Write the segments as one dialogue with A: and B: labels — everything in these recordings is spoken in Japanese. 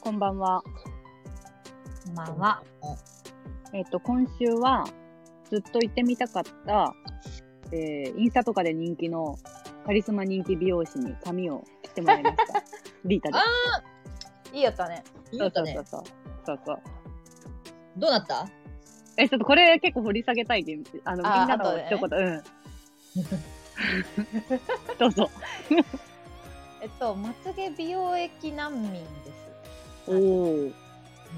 A: こんばんは。
B: こんばんは。
A: えっ、と、今週は、ずっと行ってみたかった、えーインスタとかで人気のカリスマ人気美容師に髪を切ってもらいま した。リータで
B: あいいやったね。
A: す。
B: いい
A: そ
B: や
A: う
B: っ
A: そうそ
B: たね
A: う。そう。そうそう。
B: どうなった
A: え、ちょっとこれ結構掘り下げたいで、あの、みん
B: あー
A: なの
B: 後でね
A: 一言、うん。 どうぞ。
B: えっと、まつげ美容液難民です。
A: おお。
B: う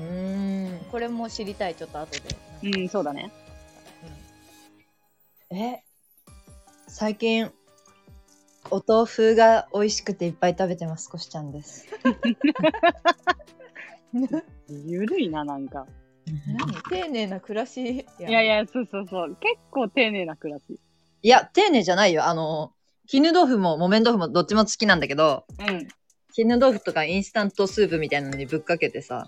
B: ーん。これも知りたい、ちょっと後で。
A: うん、そうだね。
C: え最近お豆腐が美味しくていっぱい食べてますこしちゃんです
A: ゆるいな、なんか。
B: 何丁寧な暮らしや
A: いやいや、そうそうそう。結構丁寧な暮らし。
C: いや丁寧じゃないよあの絹豆腐も木綿豆腐もどっちも好きなんだけど
A: うん。
C: 絹豆腐とかインスタントスープみたいなのにぶっかけてさ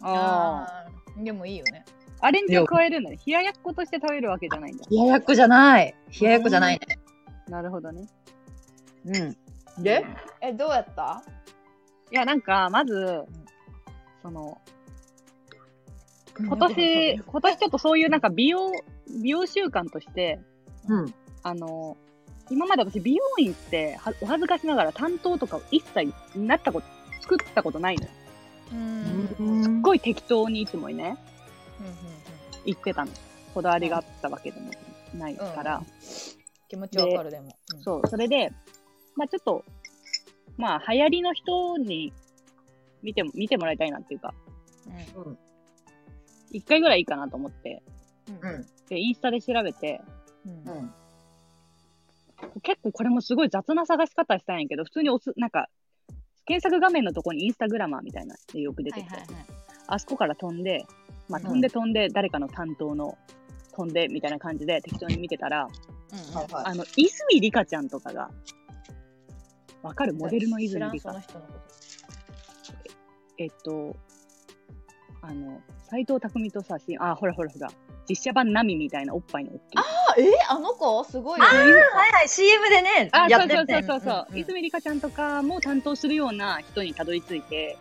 A: ああ。
B: あーでもいいよね。
A: アレンジを加えるんだね。冷ややっことして食べるわけじゃないんだ。
C: 冷ややっこじゃない冷ややっこじゃないね
A: なるほどね。
C: うん
B: でえ、どうやった
A: いや、なんか、まず、その、今年、今年ちょっとそういうなんか美容、美容習慣として、
C: うん
A: あの、今まで私美容院ってはお恥ずかしながら担当とかを一切なったこと、作ったことないのよ。
B: うーん。うんうん
A: すっごい適当にいつもね、
B: うん
A: 行ってたの。こだわりがあったわけでもないから。
B: 気持ちわかるでも。うん
A: そう、それで、まあちょっと、まあ流行りの人に見ても、見てもらいたいなっていうか、
B: う
A: 一回ぐらいいいかなと思って、
B: ん
C: う
B: うん
C: ん
A: で、インスタで調べて、
B: うん
C: うん
A: 結構これもすごい雑な探し方したんやけど、普通に押す、なんか、検索画面のとこにインスタグラマーみたいなでよく出
B: は
A: て
B: い
A: きて、
B: はいはい。
A: あそこから飛んで、まあ、
B: うん
A: 飛んで飛んで誰かの担当の飛んでみたいな感じで適当に見てたら、
B: うん
C: はいは
A: あの、泉里香ちゃんとかが、わかるモデルの
B: 知
A: 泉
B: らん
A: 里
B: その
A: 香。
B: 人のこ
A: えっと、あの、斎藤匠とさ、しあ、ほらほらほら、実写版ナミみたいなおっぱいの大きい。
B: と。あ、えあの子すごいよね。
C: いはいはい CM でね
A: あ、
C: や
A: そ
C: っ
A: う
C: て
A: そうそうそ
C: るね
A: うそう、
B: うんうん
A: 泉里香ちゃんとかも担当するような人にたどり着いて、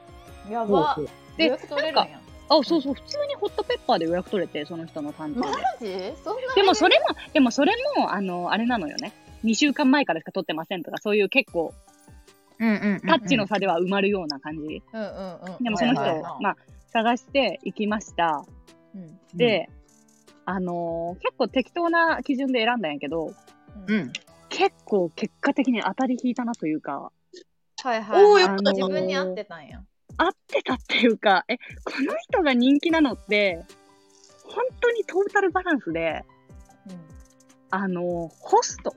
B: やば。
A: で
B: 予約取れるんやん。
A: あ、そうそう、普通にホットペッパーで予約取れて、その人の担当で。
B: ジそんな
A: でもそれも、でもそれも、あの、あれなのよね。2週間前からしか取ってませんとか、そういう結構、
C: うんうんうんうん
A: タッチの差では埋まるような感じ。
B: うんうんうん
A: でもその人を、
C: はいはい
A: まあ、探して行きました。
B: うん
A: で、あのー結構適当な基準で選んだんやけど、
C: うん
A: 結構結果的に当たり引いたなというか、
B: はいはい
C: おー
B: はい
C: よかった
B: 自分に合ってたんや
A: 合ってたっていうか、え、この人が人気なのって、本当にトータルバランスで、あのーホスト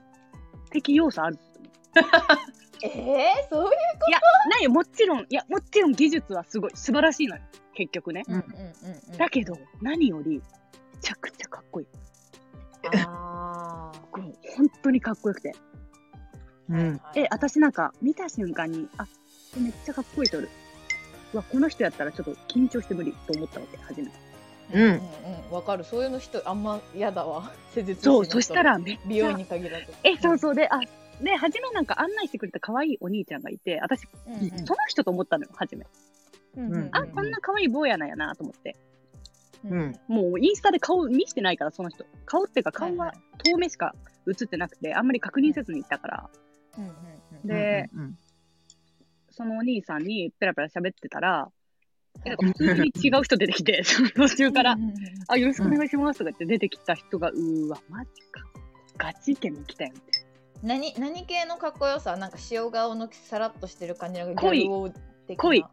A: 的要素ある。
B: えーそういう
A: ないよ、もちろん、いや、もちろん技術はすごい、素晴らしいのよ、結局ね。
C: うんうん
B: うん
A: だけど、何より、めちゃくちゃかっこいい。
B: あー
A: こう本当にかっこよくて。
C: うん
A: え、私なんか、見た瞬間に、あ、めっちゃかっこいいとる。うわ、この人やったらちょっと緊張して無理と思ったわけ、初めて。
C: うん
B: うんうんわかるそういうの人あんま嫌だわ 施術
A: そう、
B: 師の
A: そ
B: 人
A: したらめっ
B: 美
A: ち
B: 容院
A: ゃ、
B: に限らず
A: え、そうそうで、あ、で、初めなんか案内してくれた可愛いお兄ちゃんがいて、私、
B: うんうん
A: その人と思ったのよ、初め。
B: うんうん
A: あ、こんな可愛い坊やなんやなと思って。
B: うん
C: うん
A: もうインスタで顔見してないから、その人。顔っていうか、顔
B: は
A: はい
B: はい
A: 遠目しか映ってなくて、あんまり確認せずに行ったから、
B: うんうんうん
A: で、
C: うん
A: そのお兄さんにペラペラ喋ってたら、えなんか普通に違う人出てきて、 その途中から
B: うん、うんうん
A: あ、よろしくお願いしますとか言って出てきた人が、うーわ、マジか。ガチイケメン来たよみたい
B: 何何系のかっこよさなんか塩顔のさらっとしてる感じの
A: 濃い濃いな。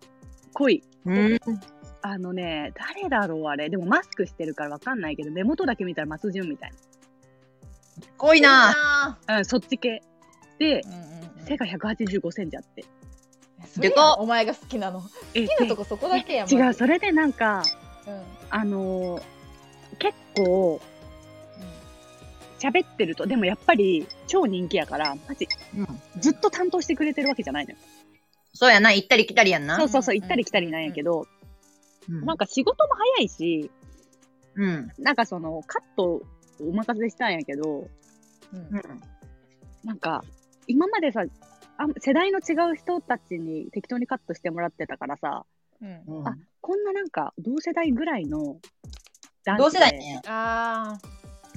A: 濃い。
C: うんうん
A: あのね、誰だろうあれ。でもマスクしてるからわかんないけど、目元だけ見たら松潤みたい
C: 濃い
B: い
C: な
A: な。うん、そっち系。で、
B: うんうんうん
A: 背が185センチあって。
B: それやん
C: でかっ
B: お前が好きなの好
A: え
B: きなとこそこだけやん
A: 違
B: マ
A: う、
B: ジ
A: それでなんか、
B: うんうん
A: あのー結構喋ってるとでもやっぱり超人気やからマジ
C: うん
A: ずっと担当してくれてるわけじゃないのよ、
C: そうやな行ったり来たりやんな
A: そうそうそう
B: うん
A: 行ったり来たりなんやけど、
C: うん
A: なんか仕事も早いし
C: うん
A: なんかそのカットお任せしたんやけど
B: うん
C: うん
A: なんか今までさあん世代の違う人たちに適当にカットしてもらってたからさ
B: うん。
C: うん
A: あこんななんか同世代ぐらいの男子で
C: 同世代ね。
B: あ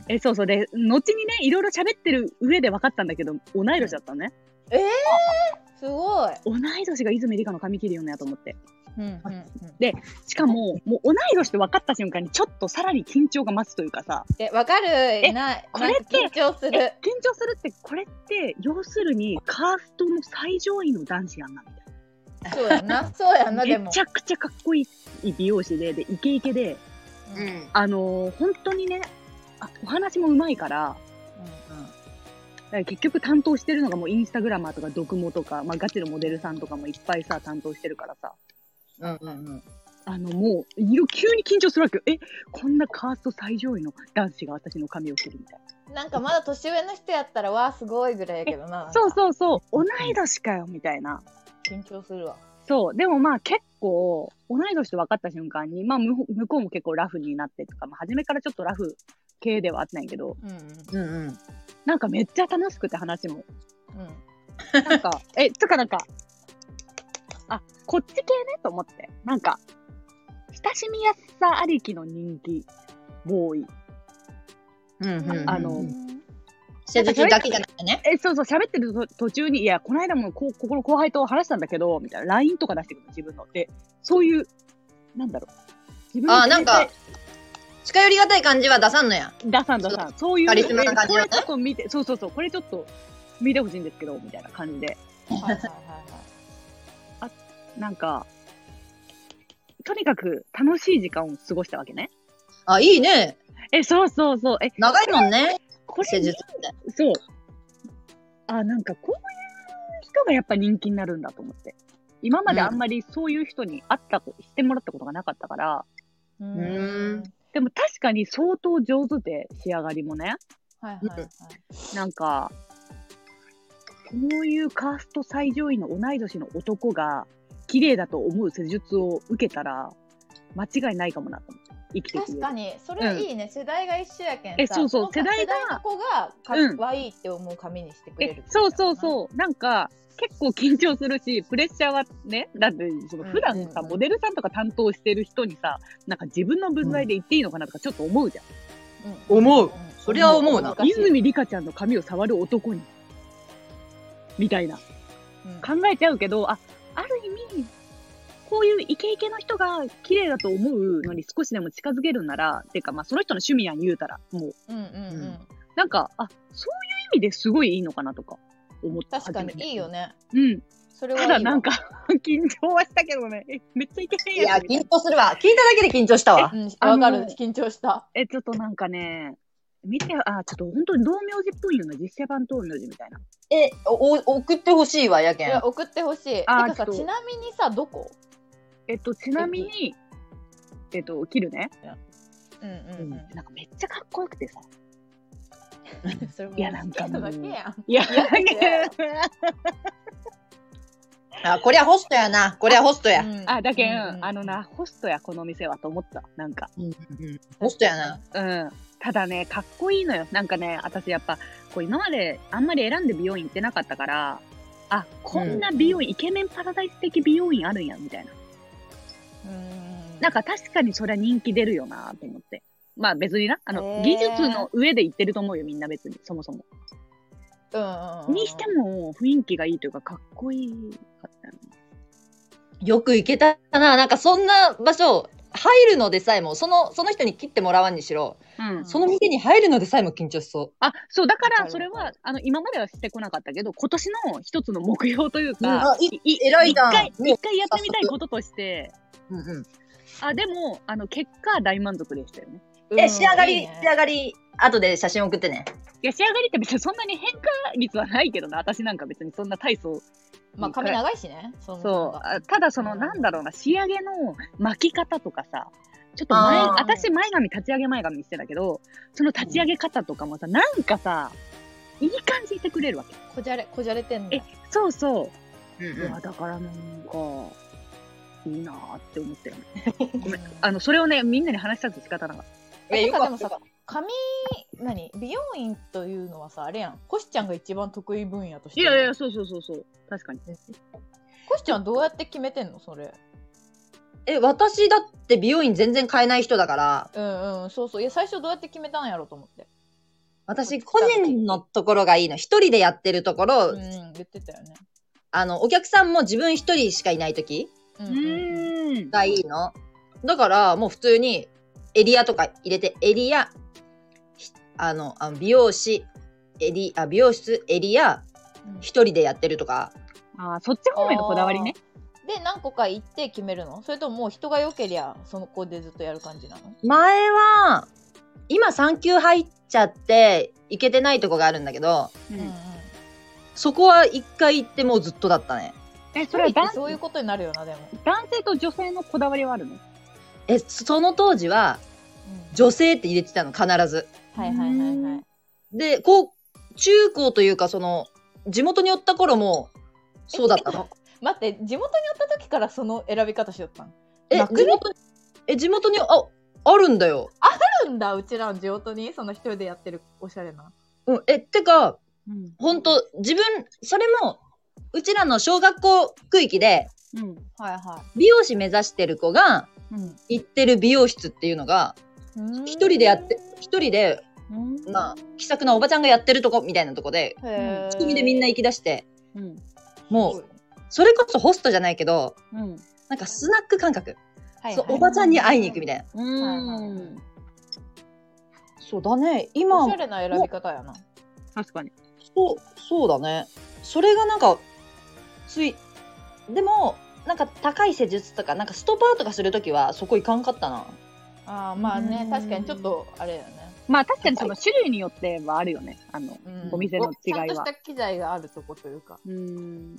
A: えそうそうで後にねいろいろ喋ってる上で分かったんだけど同い年だったのね、
B: ー、すごい。
A: 同い年が泉里香の髪切るよねと思って
B: うんうんうん、
A: しかももう同い年って分かった瞬間にちょっとさらに緊張が増すというかさ
B: で、わかるな、なん
A: こ
B: か
A: れって
B: 緊張す
A: え緊
B: る。
A: 張するってこれって要するにカーストの最上位の男子やんなみたいな
B: そうやな、そうやな、でも。
A: めちゃくちゃかっこいい美容師ででイケイケで
B: うんうん。
A: あのー本当にねあお話もうまいからだから結局担当してるのがもうインスタグラマーとかドクモとか、まあ、ガチのモデルさんとかもいっぱいさ担当してるからさ
C: うんうんうん。
A: あのもういろ急に緊張するわけよえこんなカースト最上位の男子が私の髪を切るみたい
B: なんかまだ年上の人やったら、わあ、すごいぐらいやけどな。
A: なそう
B: う。
A: そうそう同い年かよみたいな
B: 緊張するわ。
A: そうでもまあ結構同い年と分かった瞬間に、まあ、向向こうも結構ラフになってとか、まあ、初めからちょっとラフ系ではあったんやけど
B: うんうん。
C: うんうん。
A: なんかめっちゃ楽しくて話も
B: うん。
A: なんか、 え、つうかなんか、あ、こっち系ねと思って。なんか、親しみやすさありきの人気、ボーイ。
C: うんうん。
A: あの
C: 下敷きだけじゃなくてね。
A: え、そうそう、喋ってると途中に、いや、この間もこうここの後輩と話したんだけど、みたいな、LINE とか出してくるの、自分の。で、そういう、なんだろう。自分の
C: あーなんか
A: 携
C: 近寄りがたい感じは出さんのや。
A: 帯、出さん出さん。そういう、
C: カリスマな感じ
A: え
C: のね
A: これちょっと見て、そうそうそう、これちょっと見てほしいんですけど、みたいな感じで。
B: はいはいはいはい。
A: なんか、とにかく楽しい時間を過ごしたわけね。
C: あ、いいね。
A: え、そうそうそう。え、
C: 長いもんね。
A: こ
C: 施
A: れ
C: 術って。
A: そう。あ、なんかこういう人がやっぱ人気になるんだと思って。今まであんまりそういう人に会ったこ、してもらったことがなかったから、
B: う
C: ーん。
A: でも確かに相当上手で仕上がりもね、
B: はいはいはい。
A: なんか、こういうカースト最上位の同い年の男が綺麗だと思う施術を受けたら間違いないかもなと思って。生きていく
B: 確か
A: 上で。
B: に、それいいね、世代が一緒やけんさ。
A: えそうそう
B: の子
A: 世代が
B: 世代の子がか
A: うん
B: わいいって思う髪にしてくれ
A: え
B: る。
A: そうそうそう。なんか、結構緊張するし、プレッシャーはね、だって、その
B: うん
A: 普段さ、
B: うんうん
A: モデルさんとか担当してる人にさ、なんか自分の分際で言っていいのかなとかちょっと思うじゃん。
B: うん。
C: 思うんそりゃ思うな
B: 難しい
A: 泉里香ちゃんの髪を触る男に、みたいな。
B: うん
A: 考えちゃうけど、あ、ある意味、こういうイケイケの人が綺麗だと思うのに少しでも近づけるなら、てかまあその人の趣味やん言うたら、もう、
B: うんうんう。
C: うん
A: なんか、あ、そういう意味ですごいいいのかなとか思った。
B: 確かにいいよ
A: ね。
B: ね。
A: うん。
B: それはい
A: た
B: いわ
A: だなんか 緊張はしたけどねえめっちゃイケメン
C: いや、
A: つみたい
C: 緊張するわ。聞いただけで緊張したわ
B: う。ん、わ
A: あの
B: かる、緊張した。
A: えちょっとなんかね見てあちょっと本当に道明寺っぽいような実写版道明寺みたいな
C: え、お、お送ってほしいわ、やけ
B: い
C: ん。
B: や、送ってほしい。て
A: あー
B: かさ、
A: ちょっと
B: ちなみにさ、どこ
A: えっとちなみにえっと切るね、
B: うんうんう
A: なんかめっちゃかっこよくてさ
B: ん。それも
A: いやなんか
B: 好きだけやん。
A: いや
B: なんか
C: あ、こりゃホストやな。こりゃホストや。
B: うん
A: あだけん、
B: うんうん
A: あのなホストやこの店はと思ったなんか
C: ホストやな。
A: うんただねかっこいいのよなんかね私やっぱこう今まであんまり選んで美容院行ってなかったからあこんな美容院、イケメンパラダイス的美容院あるんやみたいな
B: うん
A: なんか確かにそれは人気出るよなと思って。まあ別にな、あ
B: へ
A: の、
B: ー
A: 技術の上で言ってると思うよ、みんな別に、そもそも。
B: うんうんうん
A: にしても、雰囲気がいいというか、かっこいいかったよね
C: よく行けたな。なんかそんな場所、入るのでさえも、その、その人に切ってもらわんにしろ、
A: うん。
C: その店に入るのでさえも緊張しそ
A: あ、そう、だか、
B: わからる
A: それは、あの、今まではしてこなかったけど、今年の一つの目標という
C: うん
A: か
C: あ、い
A: い
C: 偉いな
A: 一回、
C: もう
A: 一回やってみたいこととして、
C: う。うんうん。
A: あ、でも、あの、結果、大満足でしたよね。
B: うん
C: え、仕上が
B: いい
C: り、
B: ね
C: 仕上がり、後で写真送ってね。
A: いや、仕上がりって別にそんなに変化率はないけどな、私なんか別にそんな大層
B: まあ、髪長いしね。そもそも
A: そ
B: が
A: うあただその
B: うん
A: なんだろうな仕上げの巻き方とかさちょっと前
C: あー
A: 私前髪立ち上げ前髪にしてたけどその立ち上げ方とかもさなんかさいい感じにしてくれるわけ
B: こじゃれ、こじゃれてんの
A: え。そうそう
C: うん
A: うわだからなんかいいなーって思ってるごめん
B: うん
A: あのそれをねみんなに話したくて仕方なかった
C: え、
B: て
C: よ
B: かで
C: か
B: も
C: った
B: さ。髪何美容院というのはさあれやんコシちゃんが一番得意分野として
A: い
B: る
A: やいやそうそうそうそう確かに
B: コシちゃんどうやって決めてんのそれ
C: え、私だって美容院全然買えない人だから、
B: うんうん、そうそう。いや、最初どうやって決めたんやろうと思って。
C: 私個人のところがいいの。一人でやってるところ、
B: うん、言ってたよね。
C: あの、お客さんも自分一人しかいないとき
B: う
A: うん
B: うんうん。
A: ん。
C: がいいの。だから、もう普通にエリアとか入れて、エリア、ひあの、あの美容師、エリあ美容室、エリア、
B: うん
C: 一人でやってるとか。
A: ああ、そっち方面のこだわりね。
B: で、何個か行って決めるのそれとももう人が良けりゃ、その子でずっとやる感じなの
C: 前は、今産休入っちゃって、行けてないとこがあるんだけど、
A: う
B: うんうん
A: ん。
C: そこは一回行ってもうずっとだったね。
A: え、そ
B: そ
A: れは
B: れって
A: 男
B: そういうことになるよな、でも。
A: 男性と女性のこだわりはあるの
C: え、その当時は、
B: うん
C: 女性って入れてたの、必ず。
B: はいはいはいはい。
C: で、こう、中高というか、その、地元に寄った頃も、そうだったの。
B: 待って、地元におった時からその選び方しよったん
C: え、
B: なくね
C: 地元に、え、地元に、あ、あるんだよ。
B: あるんだ、うちらの地元に、その一人でやってるおしゃれな。
C: うん、え、てか、
A: うん。
C: ほんと、自分、それも、うちらの小学校区域で、
A: うん。
B: はいは
C: 美容師目指してる子が、
A: うん。
C: 行ってる美容室っていうのが、
B: い。
C: 一人でやって、一人で、
A: うん
C: まあ、気さくなおばちゃんがやってるとこみたいなとこで、
B: へー。
C: 仕組みでみんな行き出して、
A: うん。
C: もう、それこそホストじゃないけど、
A: うん。
C: なんかスナック感覚。
B: はいはい
C: そう、おばちゃんに会いに行くみたいな。
A: うん。
C: そうだね。
B: お
C: 今
B: しゃ、れな選び方やな。
A: 確かに。
C: そう、そうだね。それがなんか、つい、でも、なんか高い施術とか、なんかストパーとかするときは、そこ行かんかったな。
B: ああ、まあね
A: う、ん
B: 確かにちょっとあれだよね。
A: まあ確かにその種類によってはあるよね。あの、
B: うん
A: お店の違いは
B: ちゃんとした機材があるとこというか。
A: うん。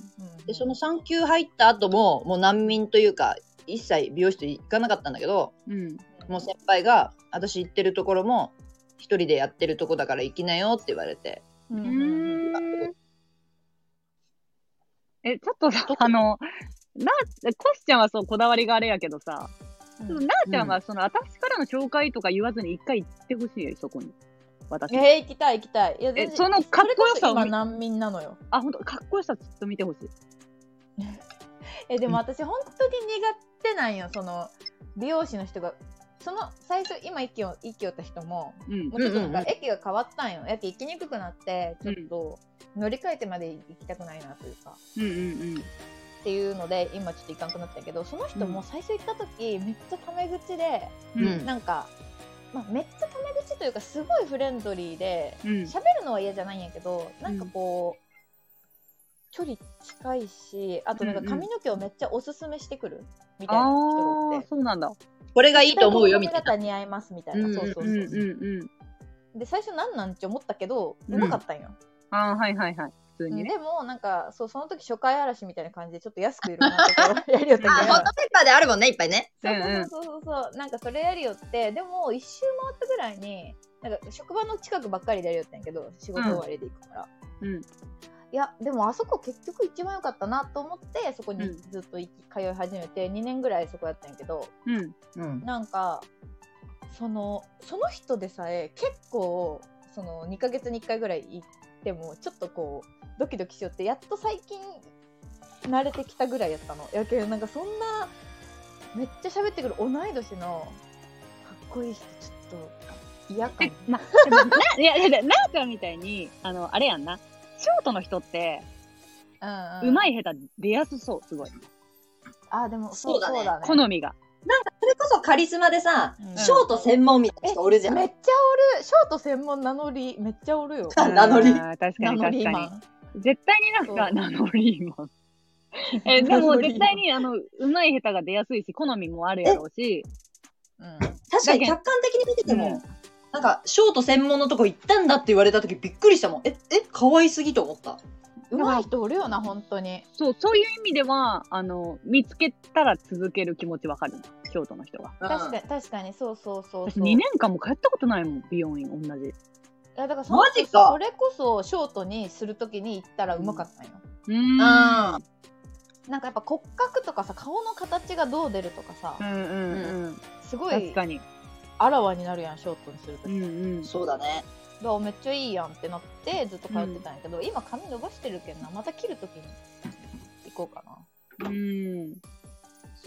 C: で、その
B: さ、
C: 産休入った後も、もう難民というか、一切美容室行かなかったんだけど、
A: うん。
C: もう先輩が、私行ってるところも、一人でやってるとこだから行きなよって言われて。
B: うん
A: う
B: うんうん
A: んえ、ちょっとさ、あの、な、コシちゃんはそう、こだわりがあれやけどさ、
B: う
A: なあ
B: ん
A: ちゃんはその、私からの紹介とか言わずに一回行ってほしいよ、そこに。私。
B: えー、行きたい行きたい。いや
A: え
B: 全然
A: そのかっこよさを
B: それこそ今難民なのよ。
A: あ、本当かっこよさちょっと見てほしい。
B: えでも私本当に苦手なんよその美容師の人がその最初今息を息をった人も
A: うん
B: もうちょっとなん
C: うんうんう
B: か
C: ん
B: 駅が変わったんよ。やっぱ行きにくくなってちょっと乗り換えてまで行きたくないなというか。
A: うんうん
B: っていうので今ちょっと行かんくなったけどその人も最初行った時、めっちゃタメ口で
A: うん。
C: うん
B: なんか、まあ、めっちゃタメ口というかすごいフレンドリーで
A: うん。
B: 喋るのは嫌じゃないんやけどなんかこう、距離近いしあとなんか髪の毛をめっちゃおすすめしてくるみたいな人が
A: あ
B: おっ
A: あ、
B: て。
A: そうなんだ。
C: これがいいと思うよ、み
B: 絶
C: た
B: 対
C: い
B: この
C: な。
B: 方似合いますみたいな、
C: うん
B: そうそううんそう、
A: うんうん。
B: で最初なんなんって思ったけど
A: うん
B: うまかったんよ、
A: ああ、はいはいはい。普通にね。
B: でもなんかそうその時初回嵐みたいな感じでちょっと安くいろんなとこ ろやりよったけど
C: あ、ホットペッパーであるもんね、いっぱいね。
A: うんうん
B: そうそうそうそうそうなんかそれやりよってでも一周回ったぐらいになんか職場の近くばっかりでやりよったんやけど仕事終わりで行くから、
A: うん
B: いやでもあそこ結局一番良かったなと思ってそこ
A: う
B: に
A: ん
B: ずっと行き通い始めて2年ぐらいそこやったんやけど
A: うん。
C: うん。
B: なんかそのその人でさえ結構その2ヶ月に1回ぐらい行ってもちょっとこうドキドキしよってやっと最近慣れてきたぐらいやったのやけどなんかそんなめっちゃ喋ってくる同い年のかっこいい人ちょっと嫌かも
A: え、ま、でもな、いやいやいや、なあちゃんみたいに、あの、あれやんな。ショートの人って、
B: うん
A: うま
B: い
A: い下手出やすそう、すごい。
B: あでもそう
C: そうだね
B: そうだね
A: 好みが。
C: それこそカリスマでさ、
B: うん
C: ショート専門みたいな人おるじゃん。
B: めっちゃおるショート専門名乗りめっちゃおるよ
C: 名乗り
A: あー確か
B: 名
A: に
B: 乗り
A: 確かに。
B: マン
A: 絶対になんか、
B: そう
A: 名乗りも。 え、で
B: 名
A: も
B: 乗り
A: 絶対に、あの、うまい下手が出やすいし、好みもあるやろうし、
B: うん
C: 確かに客観的に見てても、
A: うん
C: なんかショート専門のとこ行ったんだって言われた時びっくりしたもんええ可愛すぎと思った
B: うまい人おるよな本当に
A: そう、そういう意味では、あの、見つけたら続ける気持ちわかる。ショートの人は。
B: 確かに確かにそうそうそう
A: 私
B: そう
A: 2年間も通ったことないもん、美容院、同じ。
B: いやだからその
C: マジか
B: それこそショートにするときに行ったらうまかったんよ、
A: うーん
C: あ
B: なんかやっぱ骨格とかさ顔の形がどう出るとかさ、
A: うんうんうん。
B: すご
A: 確
B: い
A: かに。
B: あらわになるやんショートにすると
A: う
B: き、
A: ん
B: だ
A: うん。
C: そうだね
B: からめっちゃいいやんってなってずっと通ってたんやけど、今髪伸ばしてるけんなまた切るときに行こうかな
A: うん。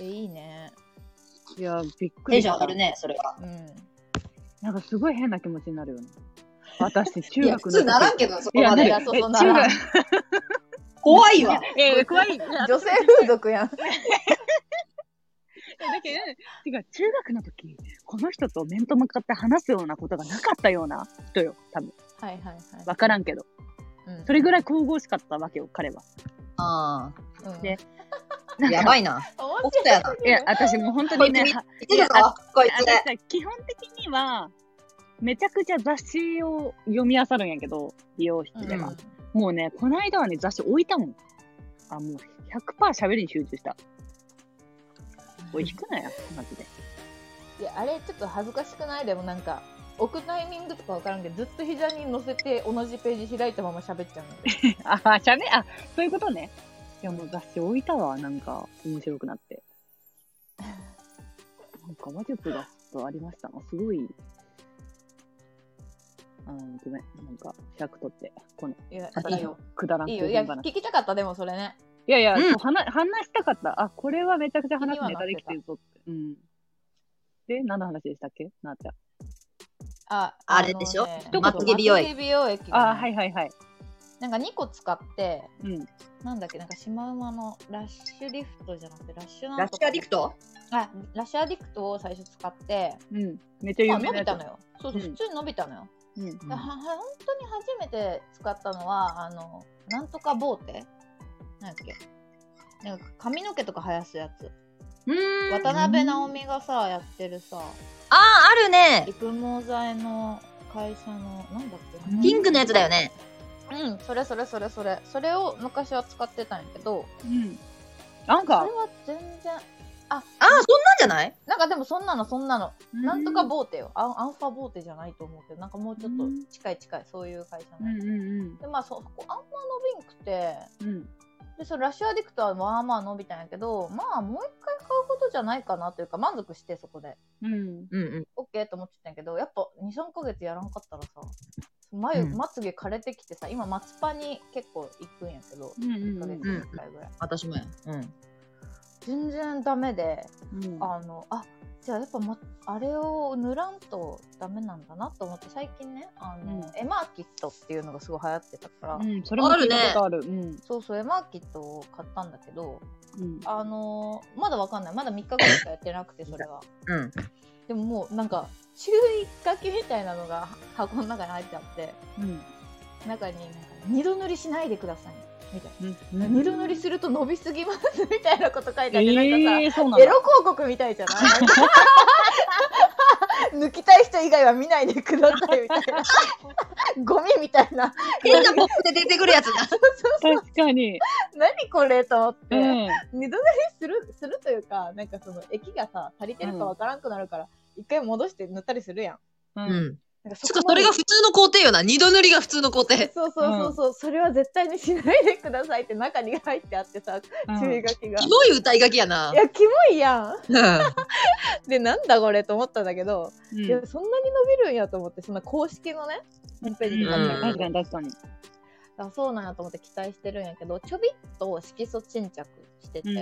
B: えいいね
A: いや、びっく
C: テン
A: り
C: ション
A: し
C: 上が
A: た
C: る。ね、それは。
B: うん。
A: なんかすごい変な気持ちになるよね。私、中
C: いや、
A: 学
C: 普
A: の時。
C: 通ならんけど、そ
A: い
C: こ
A: や、
C: ま
A: ね、
B: ね
A: え
C: で。
B: そうそう
A: 中
B: な らん
A: 学、
C: 怖いわ。
A: いやいや怖い。
B: 女性風俗やん。
A: だけど、違う、中学の時、この人と面と向かって話すようなことがなかったような人よ、多分。
B: はいはいはい。
A: わからんけど。
B: うん
A: それぐらい神々しかったわけよ、彼は。
C: あ
B: うん
A: ねな
C: あ、
A: んか
C: やばいな。
B: 面
C: おっとやな。
A: いや、私もう本当にね、
C: こいつ
A: は
C: 見てるぞ
A: いや、
C: こいつ。
A: 私さ、基本的には、めちゃくちゃ雑誌を読み漁るんやけど、美容室で
B: 白い
A: は。
B: うん
A: もうね、この間はね、雑誌置いたもん。あ、もう100%喋りに集中した。おい、引くなよ、マジで。
B: いや、あれちょっと恥ずかしくないでもなんか、置くタイミングとかわからんけど、ずっと膝に乗せて同じページ開いたまま喋っちゃうの。
A: あ、喋、あ、そういうことね。いや、もう雑誌置いたわ、なんか、面白くなって。なんか、魔術がちょっとありましたな。すごい。あーごめん。なんか、尺取って、この、
B: いや、
C: あ
B: いいよ。
A: くだらん
B: いい
A: い
B: よ。いや、
A: 話。
B: 聞きたかった、でもそれね。
A: いやいや、
C: うん
A: そう話話したかった。あ、これはめちゃくちゃ話すネタできてるぞって。うん。で、何の話でしたっけなあちゃん。
B: あ、
C: あれでしょ
B: あのね
A: 一言
B: まつげ美容液。
A: あー、
B: は。
A: はいいはいはい。
B: なんか2個使って、
A: うん。
B: なんだっけ、なんかシマウマのラッシュリフトじゃなくて、ラッシュなん
C: ラッシュアディクト
B: トあ、ラッシュアディクトを最初使って、
A: うん。めっちゃ
B: まあ
A: 有名な
B: 伸び
A: やつ
B: たのよ。そうそう、
A: うん
B: 普通に伸びたのよ。
A: うん。
B: ではは本当に初めて使ったのはあのなんとかボーテなんだっけなんか髪の毛とか生やすやつ
C: うん
B: 渡辺直美がさやってるさ
C: ああ、あるね。
B: 育毛剤の会社のなんだっけ
C: ピンクのやつだよね。
B: うんそれそれそれそれそれを昔は使ってたんやけど
A: うん。なん
B: それ
A: か、
B: は全然
C: ああ、そんなんじゃない
B: なんかでもそんなのそんなのなんとか
A: ぼ
B: ボーテよアンアンファボーテじゃないと思うけどなんかもうちょっと
A: うん
B: 近い近いそういう会社
A: う
B: の、
A: んうん
B: でまあそそこあんま伸びんくて
A: うん。うん。
B: でそのラッシュアディクトはまあまあ伸びたんやけどまあもう一回買うことじゃないかなというか満足してそこで
A: うん。
C: うんうん。
B: OK と思ってたんやけどやっぱ23ヶ月やらんかったらさ眉、
C: うん
B: まつげ枯れてきてさ今松パに結構行くんやけど
A: うん
B: 1ヶ
A: うん
B: 月
A: う
B: に1回ぐらい、
C: 私もや。うん。
B: 全然ダメで
A: ん。
B: あのあじゃあやっぱ、ま、あれを塗らんとダメなんだなと思って最近ねあ
A: う
B: の、
A: ん
B: エマーキットっていうのがすごい流行ってたから、
A: うん。それも聞いたことある。うん。
B: そうそうエマーキットを買ったんだけど
A: うん。
B: あのーまだわかんない。まだ3日ぐらいしかやってなくて、それは。
C: うん。
B: でももう、なんか、注意書きみたいなのが箱の中に入ってあって、
A: うん。
B: 中に、なんか二度塗りしないでください。みたいな。
A: うん。
B: 二度塗りすると伸びすぎます、みたいなこと書いてあって、なんか
A: ええ、そうな
B: さ、エ
A: んだ
B: ロ。広告みたいじゃない抜きたい人以外は見ないでください、みたいな。ゴミみたいな。
C: 変なポップで出てくるやつだ。
A: 確かに。
B: 何これと思って。
A: うん。
B: 二度塗りするするというかなんかその液がさ足りてるかわからんくなるから、一回戻して塗ったりするやん。
A: う。
C: うんん。
B: なんか
C: しかもそれが普通の工程よな。二度塗りが普通の工程。
B: そうそうそうそう、それは絶対にしないでくださいって中に入ってあってさ、注意書きが。
C: キ
B: い
C: モい歌い書きやな。
B: やキモいや
C: うん
B: ん。でなんだこれと思ったんだけど、
A: うん
B: いやそんなに伸びるんやと思ってそんな公式のねホームページで買った
C: う
A: 確
B: から、
C: ん
A: かに確かに。
B: あそうなんやと思って期待してるんやけどちょびっと色素沈着してて。
A: うん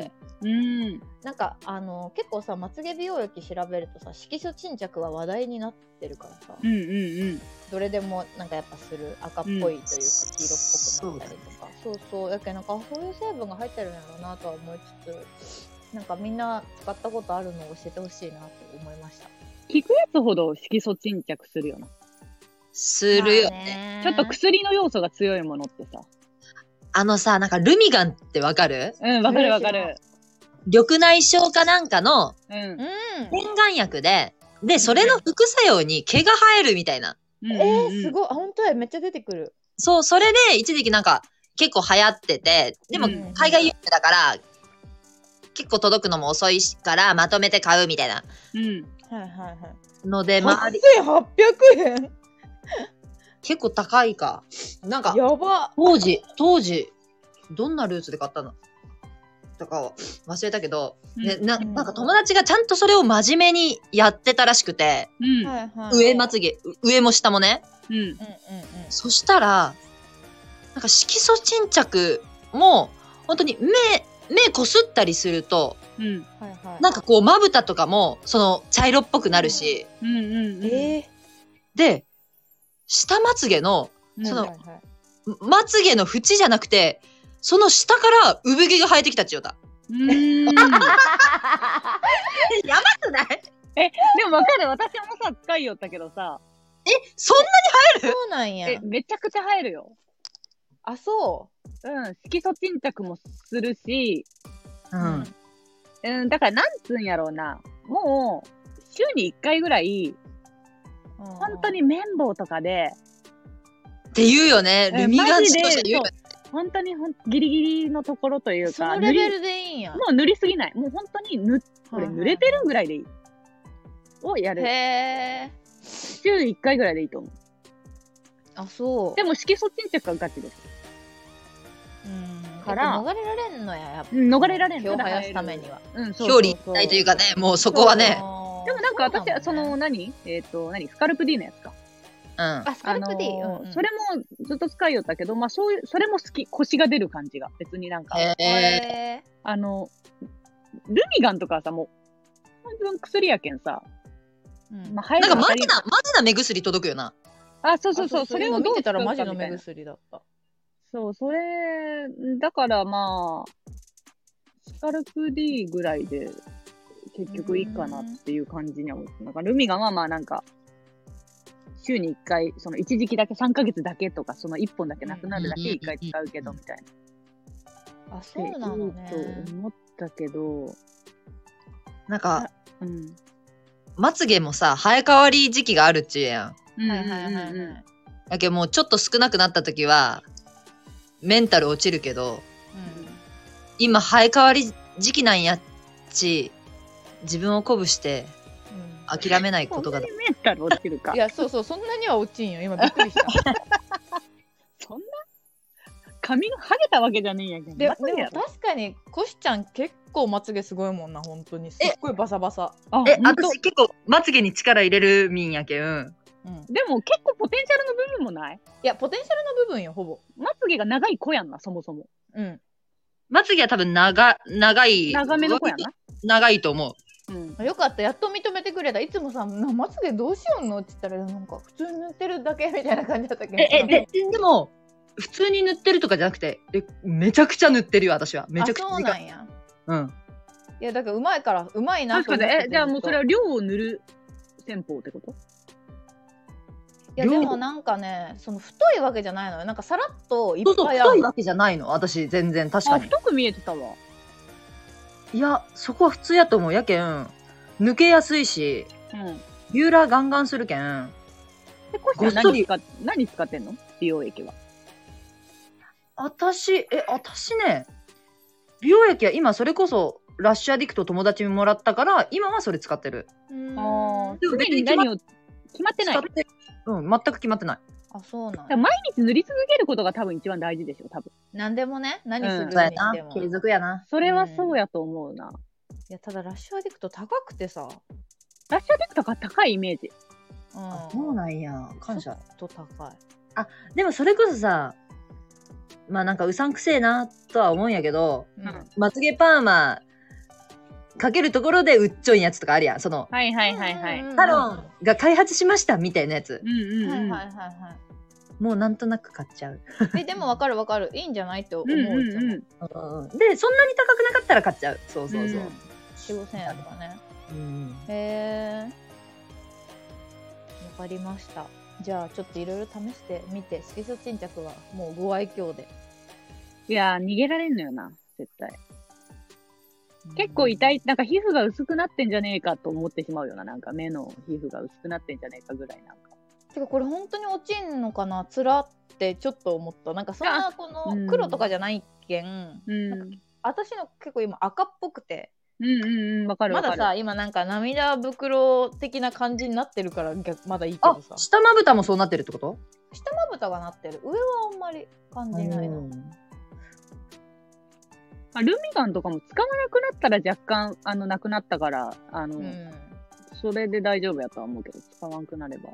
A: うん。
B: なんかあの結構さまつげ美容液調べるとさ色素沈着は話題になってるからさ、
A: うんうんうん。
B: どれでもなんかやっぱする赤っぽいというか黄色っぽくなったりとか、そうそうやけなんかあそういう成分が入ってるんやろうなとは思いつつなんかみんな使ったことあるのを教えてほしいなと思いました
A: 聞くやつほど色素沈着するよな。
C: するよ
B: ね
C: ね。
A: ちょっと薬の要素が強いものってさ。
C: あのさ、なんかルミガンってわかる
A: うん、わかるわかる。
C: 緑内障かなんかの
A: うん
B: う。ん
C: 洗顔薬で、で、それの副作用に毛が生えるみたいな。
A: うん
B: えー、す
A: い。
B: ごいあ本当やめっちゃ出てくる
C: そう、それで一時期なんか結構流行ってて、でも
A: うん
C: 海外輸入だから、結構届くのも遅いからまとめて買うみたいな
A: うん。
B: はいはいはい
C: ので、まあ、
B: 8800円
C: 結構高いか。なんか、
B: やば
C: 当時、当時、どんなルーツで買ったのとかを忘れたけど、でな
B: うん
C: なんか友達がちゃんとそれを真面目にやってたらしくて、
A: うん。
B: はいはい
C: 上まつげ、う上も下もね。
A: うん。
B: うんうんうん
C: そしたら、なんか色素沈着も、本当に目、目こすったりすると、
A: ううん
B: はいはい。
C: なんかこう、まぶたとかも、その、茶色っぽくなるし、
A: うんうん
B: ええ
C: で、下まつげの、
A: うん
C: そ
B: ー。
C: の
B: はいはいはい
C: まつげの縁じゃなくて、その下から産毛が生えてきた千代田。
A: うーん
C: やばくない
A: でもわかる私もさ使いよったけどさ
B: そ
C: そ
B: うなんや
A: え。めちゃくちゃ生えるよ
B: あ、そ
A: うん色素沈着もするし
C: ん
B: う。
C: な、。
A: うんだからなんつうんやろうなもう週に1回ぐらい本当に綿棒とかで
C: って言うよね。
A: え
C: ルミガンチとして言うよ
A: マ
C: ね。
A: 本当にほんギリギリのところという
B: そ
A: か
B: の
A: 塗
B: レ
A: り
B: ベルでいいんや
A: も。う塗りすぎないもう本当に塗これ濡れてるぐらいでいいをやる
B: へえ。
A: 週1回ぐらいでいいと思う
B: あ、そう。
A: でも色素沈着はガチです
B: うん
A: から
B: やっぱ逃れられんのや、やっぱ。
A: うん逃れられん
B: 毛を生やすためには。
A: うんそう
C: 表裏一体というかね、もうそこはね。
B: あー。
A: でもなんか私はそ
B: そうなん
A: の
B: だね
A: 何えっ、と何スカルプ D のやつか
C: うん。
B: あ、スカルプ D。
A: あのー
B: うんうん
A: それもずっと使いよったけどまあそういうそれも好き腰が出る感じが別になんか、
C: え
B: へ
A: あのルミガンとかはさもう半分薬やけんさ、
B: ーうん
A: まあ、
C: ー、
A: 入
C: なん
A: る
C: か
A: の
C: マ
A: 当た
C: ジ
A: り
C: な、マジな目薬届くよな。
A: あそう
B: あ
A: そうそうそれを
B: 今
A: ど
B: 見
A: う
B: てたら
A: 使う
B: マ
A: か
B: ジの
A: みたい
B: 目
A: な
B: 薬だった。
A: そう、それ、だからまあ、スカルプ D ぐらいで、結局いいかなっていう感じには思って、なんかルミガンはまあなんか、週に1回、その一時期だけ、3ヶ月だけとか、その1本だけなくなるだけ
C: うんうんうんうん
A: 1回使うけど、みたいな。
B: あ、そうなのね
A: って。いいと思ったけど、
C: なんか、
A: うん。
C: まつげもさ、生え変わり時期があるっちゅうやん。
B: はいはい
A: う
B: はい
A: んうんうんう
B: は
A: ん
B: い。
C: だけどもうちょっと少なくなった時は、メンタル落ちるけど、今生え変わり時期なんやっち、自分を鼓舞して
B: う
C: 諦めないこと
A: そ
C: が
A: んなにメンタル落ちるか
B: ん。い。や、そうそう、そんなには落ちんよ。今びっくりした。
A: そんな髪がハゲたわけじゃねえんやけど。
B: で
A: まさ
B: で
A: や
B: も
A: ろ
B: 確かにコシちゃん結構まつげすごいもんな本当にすっごいバサバサ、
A: あ
C: え、
A: 本当
C: 私結構まつげに力入れるみんやけん。うん
B: うん、い
A: でも結構ポテンシャルの部分もない
B: やポテンシャルの部分よほぼ
A: まつげが長い子やんな、そもそも。
B: うん
C: まつげは多分長、長い。
A: 長めの子やんな。
C: 長いと思う。
A: うん。
B: よかったやっと認めてくれたいつもさなまつげどうしようのって言ったらなんか普通に塗ってるだけみたいな感じだったけど
C: え、え、で、でも、普通に塗ってるとかじゃなくて、え、めちゃくちゃ塗ってるよ、私は。め
B: あ
C: ちゃくちゃ
B: そう
C: 時
B: な
C: 間。
B: んや
C: うん。
B: いやだからうまいからうまいな
A: 確
B: と
A: か
B: 思
A: に。
B: って
A: え、じゃあもうそれ
B: は
A: は量を塗る戦法ってこと
B: いやでもなんかねその太いわけじゃないのよなんかさらっといっ
C: そうそう、
B: ぱいある
C: 太いわけじゃないの、私、全然、確か
A: あ、
C: に。
A: 太く見えてたわ。
C: いや、そこは普通やと思う。やけん、抜けやすいし、
A: うん。
C: ビューラーガンガンするけん。
A: で、こし
C: ごっそ
A: 何
C: り
A: 使っ何使ってんの美容液は。
C: 私、え、私ね、美容液は今、それこそ、ラッシュアディクト友達にもらったから、今はそれ使ってる。
B: うーん
A: ああ、
C: でも
A: 常
C: 別
A: に
C: に決まっ
A: 何を、決まってない。
C: 使ってうん、全く決まってない。
B: あそうなんや
A: 毎日塗り続けることが多分一番大事でしょ、多分。
B: 何でもね何する
A: う
B: に
A: ん
C: そうや
B: し
C: な
B: ても、。
C: 継
B: い
C: 続やな。
A: それはそうやと思うな。
B: やただラッシュアディクト高くてさ、
A: ラッシュアディクトが高いイメージ。
B: うん
C: あそうなんや。感謝。
B: ちょっと高い。
C: でもそれこそさ、まあなんかうさんくせえなとは思うんやけど、
A: ん
C: まつげパーマかけるところでうっちょいやつとかあるやん。その、
A: はいはいはいはい。
C: サロンが開発しましたみたいなやつ
A: う。ん
B: は
A: う
B: いはい
A: ん
B: は
A: う
B: いは
C: もうなんとなく買っちゃう。
B: い。えでもわかるわかる。いいんじゃないって思
A: ん。
B: う。
A: う
B: い
A: んうん
B: つも
A: うん。
C: で、そんなに高くなかったら買っちゃう。そうそうそう。
B: 四五千円とかね。
C: うん
B: へえ。わかりました。じゃあちょっといろいろ試してみて、色素沈着はもうご愛嬌で。
A: いやー、逃げられんのよな、絶対。結構痛い、なんか皮膚が薄くなってんじゃねえかと思ってしまうような、なんか目の皮膚が薄くなってんじゃねえかぐらいなんか。
B: てかこれ本当に落ちんのかな、つらってちょっと思った。なんかそんなこ
A: うん
B: の黒とかじゃないけん、
A: うん。
B: なん私の結構今赤っぽくて。
A: うんうんうん、わかる
B: ま
A: わか
B: だ
A: る。
B: さ今なんか涙袋的な感じになってるから逆まだいいけ
C: あ
B: どさ、
C: 下まぶたもそうなってるってこと
B: 下まぶたがなってる上はあんまり感じないな、
A: まあルミガンとかも使わなくなったら若干、あの、なくなったから、あの、
B: うん
A: それで大丈夫やとは思うけど、使わなくなれば。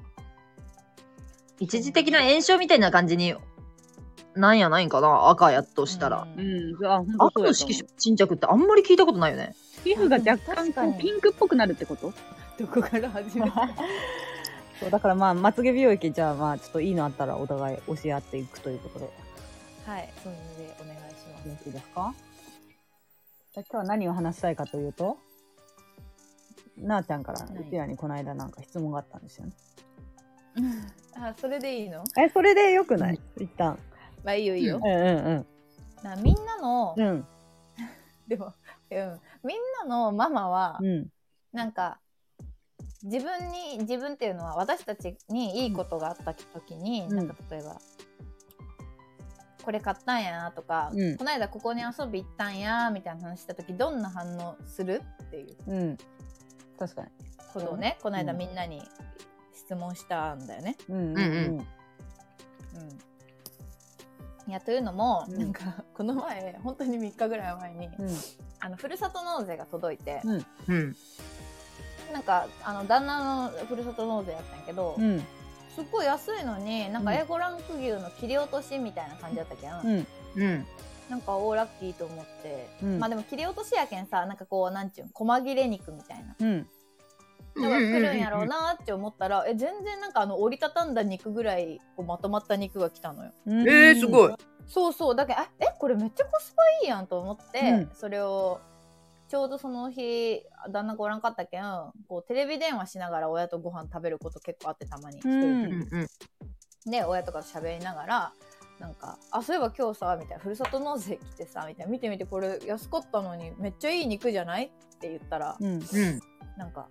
C: 一時的な炎症みたいな感じになんやないんかな赤やっとしたら。
B: うん
D: うん、あ、本当
C: 赤
D: そう
C: の
D: やと
C: 色
D: 思う
C: 素沈着ってあんまり聞いたことないよね。
D: 皮膚が若干こ
B: 確か
D: う
B: に
D: ピンクっぽくなるってこと
B: どこから始める
A: そうだからまあまつげ美容液じゃあまあちょっといいのあったらお互い教え合っていくということでよ
B: はいそれでお願いします
A: ろしいですかじゃあ今日は何を話したいかというとなあちゃんから
B: はいう
A: ちらにこの間なんか質問があったんですよね。
B: あそれでいいの
A: えそれでよくない一旦。
B: まあいいよいいよ
A: うん、うん
B: なみんなの、
A: うんうん
B: でも、うん、みんなのママは、
A: うん
B: なんか自分に自分っていうのは私たちにいいことがあった時に、
A: うん
B: なんか例えば「これ買ったんやな」とか、
A: うん
B: この間ここに遊び行ったんや」みたいな話した時どんな反応するっていう
A: うん確かに。
B: ことをね、この間
A: うん
B: みんなに質問したんだよね。
A: うん
C: うんうん
B: うん、いやというのも、
A: うん
B: なんかこの前本当に3日ぐらい前に、
A: うんうん
B: あのふるさと納税が届いて、
C: うん。
B: なんかあの旦那のふるさと納税やったんやけど、
A: うん
B: すっごい安いのになんか
A: うん
B: A5 ランク牛の切り落としみたいな感じだったけん、
A: うん
C: うん。
B: なんかおーラッキーと思って、
A: うん
B: まあでも切り落としやけんさなんかこうなんちゅうん細切れ肉みたいな
A: うん
B: のが来るんやろうなーって思ったら、え全然なんかあの折りたたんだ肉ぐらいこうまとまった肉が来たのよ
A: うんうん
C: えー、すごい。
B: そうそうだけどあえこれめっちゃコスパいいやんと思って、
A: うん
B: それをちょうどその日旦那がおらんかったけんこうテレビ電話しながら親とご飯食べること結構あってたまに一人で。
A: うん
C: うんうん。
B: ね、親とかと喋りながらなんか「あそういえば今日さ」みたいな「ふるさと納税来てさ」みたいな「見てみてこれ安かったのにめっちゃいい肉じゃない?」って言ったら、
A: うん
C: うん。
B: なんか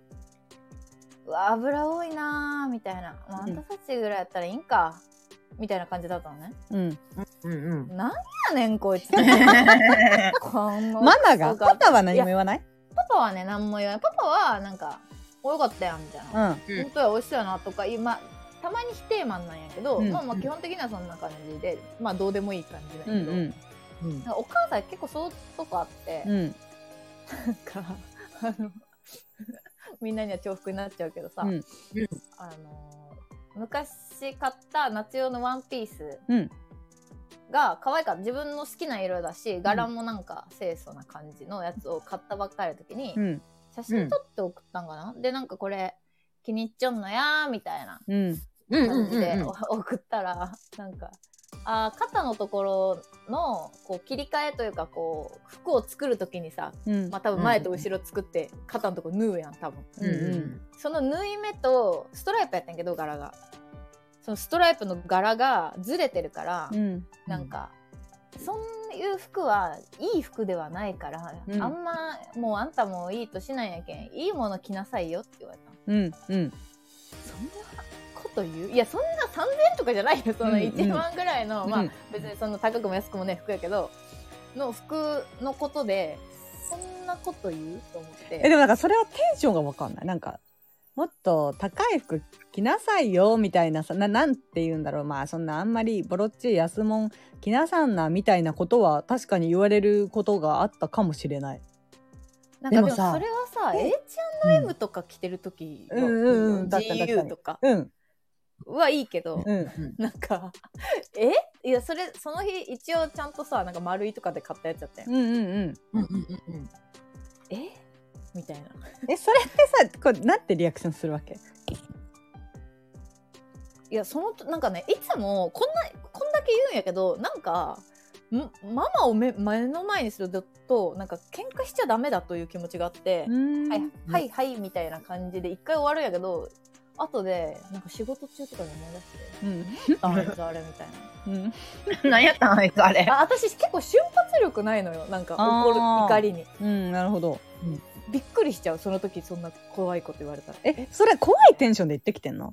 B: 「うわ油多いなー」みたいな「まあ、あんたたちぐらいやったらいいんか」みたいな感じだったのね。
A: うん
C: うんうん。
B: なんやねん こいつ。この
A: ママが
B: クソ
A: パパは何も
B: いや
A: 言わない
B: パパはね何も言わないパパはなんか「およかったやん」みたいな。
A: うん
C: うん
B: 本当は美味しそうやなとか今たまに否定マンなんやけど、
A: うん
B: まあまあ基本的にはそんな感じでまあどうでもいい感じだけ
A: う
B: ど、
A: んうん
C: うん
B: なんかお母さん結構そういうとこあって、
A: うん
B: なんかあの みんなには重複になっちゃうけどさ、
A: うんうん
B: あの昔買った夏用のワンピース
A: うん
B: が可愛かった自分の好きな色だし柄もなんか清楚な感じのやつを買ったばっかりの時に、
A: うん
B: 写真撮って送ったんかな、でなんかこれ気に入っちゃうのやーみたいな
A: うん
C: うんうん
B: 感じ
C: うん
B: でお送ったら なんかあー肩のところのこう切り替えというかこう服を作る時にさ、
A: うん
B: まあ、多分前と後ろ作って肩のところ縫うやん多分
C: うんうん
B: その縫い目とストライプやったんやけど柄がそのストライプの柄がずれてるから、
A: うん
B: なんかそういう服はいい服ではないから、
A: うん
B: あんまもうあんたもいい年なんやけんいいもの着なさいよって言われたの
A: うんうん
B: そんなこと言ういやそんな3000とかじゃないよその
A: うんうん
B: 1万ぐらいの、ま
A: う
B: あ
A: ん
B: 別にその高くも安くもね服やけどの服のことでそんなこと言うと思っ
A: え
B: て
A: でもなんかそれはテンションがわかんないなんかもっと高い服着なさいよみたいなさななんて言うんだろうまあそんなあんまりボロっちい安物着なさんなみたいなことは確かに言われることがあったかもしれない。
B: なんか
A: で
B: でも
A: もさ
B: それはさ
A: え
B: H&M とか着てる時の
A: うんうんうんだっただった
B: GU とか
A: うん
B: はいいけど
A: うん
B: なんか えいやそれその日一応ちゃんとさなんか丸いとかで買ったやつやったよ、
A: うんうんうん。
C: うんうんうん
B: えみたいな
A: えそれってさこうなんてリアクションするわけ
B: いやそのなんかねいつもこんなこんだけ言うんやけどなんかんママを目目の前にするとなんか喧嘩しちゃダメだという気持ちがあって、
A: うん
B: はいはいはいみたいな感じで一回終わるんやけど後でなんか仕事中とかに思い出
A: う
B: して
A: ん
B: 「ああいつあれ」みたい
A: うん
C: うん。何やったんあいつあれ
B: な。 あ私結構瞬発力ないのよなんか
A: あー
B: 怒る怒りに
A: うんなるほど。
B: びっくりしちゃうその時そんな怖いこと言われたら
A: えそれ怖いテンションで言ってきてんの？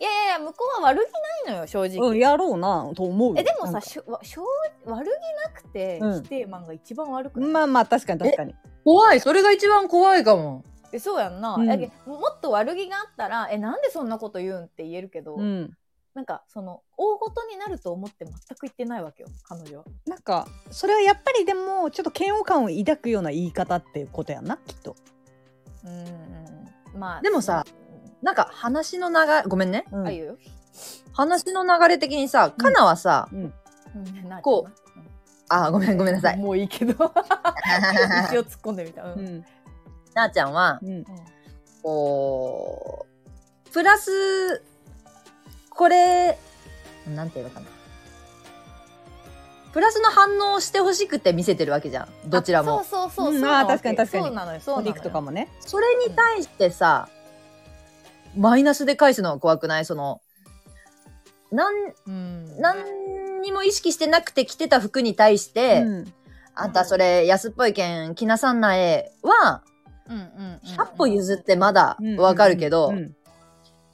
B: いやいやいや向こうは悪気ないのよ正直、
A: うんやろうなと思うよ。
B: えで
A: な
B: もさ
A: んか
B: しょわしょう悪気なくて
A: うん
B: 否定マンが一番悪くない、
A: まあまあ確かに確かに。
C: 怖い。それが一番怖いかも。
B: えそうやんな、
A: うん
B: やけもっと悪気があったら「えなんでそんなこと言うん?」って言えるけど、
A: うん。
B: なんかその大ごとになると思って全く言ってないわけよ彼女は
A: なんかそれはやっぱりでもちょっと嫌悪感を抱くような言い方っていうことやなきっと。
B: うんうんまあ
C: でもさなんか話の長い、ごめんね。
A: うん
B: ああいう
C: 話の流れ的にさ、
A: うん
C: かなはさ、
A: うん、
C: こあー、ごめんごめんなさい。
B: もういいけど 一応突っ込んでみた、う
A: うんん
C: なあちゃんは、
A: うん
C: こう、プラス、これ、なんていうのかな。プラスの反応をしてほしくて見せてるわけじゃん。どちらも
B: あ。そうそうそう
A: う
B: そ
A: ん
B: う
A: あー
B: なわ
A: 確
B: け
A: かに確かに
B: そうなのよそう
A: お
B: なのよ
A: 肉とかもね
C: それに対してさ、マイナスで返すのは怖くないその、なん、
B: うん
C: 何にも意識してなくて着てた服に対して、
A: うん
C: あんたそれ安っぽいけん、着なさんなえは、
B: うんうんうん
C: 100歩譲ってまだわかるけど、
A: うんうん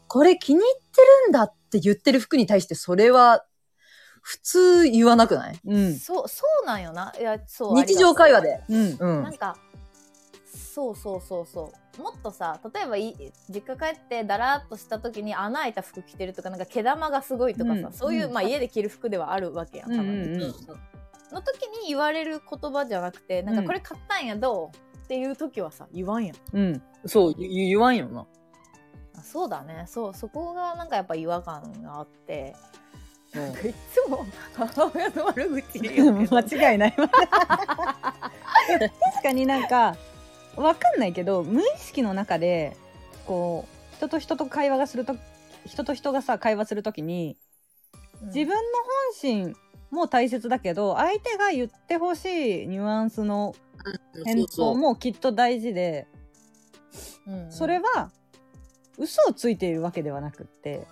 C: これ気に入ってるんだって言ってる服に対してそれは普通言わなくない
A: うん
B: そうそうなんよないやそう
C: 日常会話で。
A: うん
C: う
B: なんん。かそうそうそうそうもっとさ例えばい実家帰ってだらっとした時に穴開いた服着てるとかなんか毛玉がすごいとかさ、
A: うん
B: そういう、
A: うん
B: まあ、家で着る服ではあるわけやん
A: うんう
B: た
A: ん
B: まに、
A: うん
B: の時に言われる言葉じゃなくてなんか
A: うん
B: これ買ったんやどうっていう時はさ言わんやん
A: うん
C: そう、言言わんよな。
B: あそうだねそうそこがなんかやっぱ違和感があって
C: うん
B: いつも母親の悪口言
A: う
B: うんけど
A: 間違いない確かになんかわかんないけど無意識の中でこう人と人と会話がすると人と人がさ会話するときに自分の本心も大切だけど相手が言ってほしいニュアンスの返答もきっと大事で
B: うん
A: それは嘘をついているわけではなくって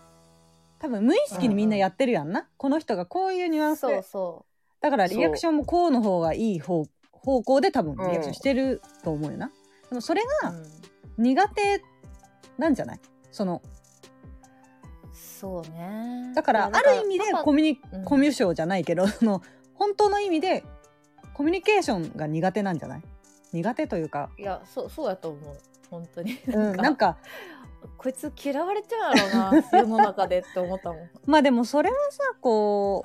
A: 多分無意識にみんなやってるやんな、この人がこういうニュアンス
B: そう
A: で
B: そ
A: だからリアクションもこうの方がいい方方向で多分リアクションしてると思うよな、でもそれ
B: う、う
A: が
B: ん
A: 苦手なんじゃないその
B: そうね
A: だからあ
B: いやなん
A: る意味で
B: パパ
A: コミュニ、
B: うん
A: コミュ障じゃないけど その本当の意味でコミュニケーションが苦手なんじゃない苦手というか、
B: いやそうそうやと思う本当に、
A: うん、なんか
B: こいつ嫌われちゃうやろうな世の中でって思ったもん
A: まあでも それはさこ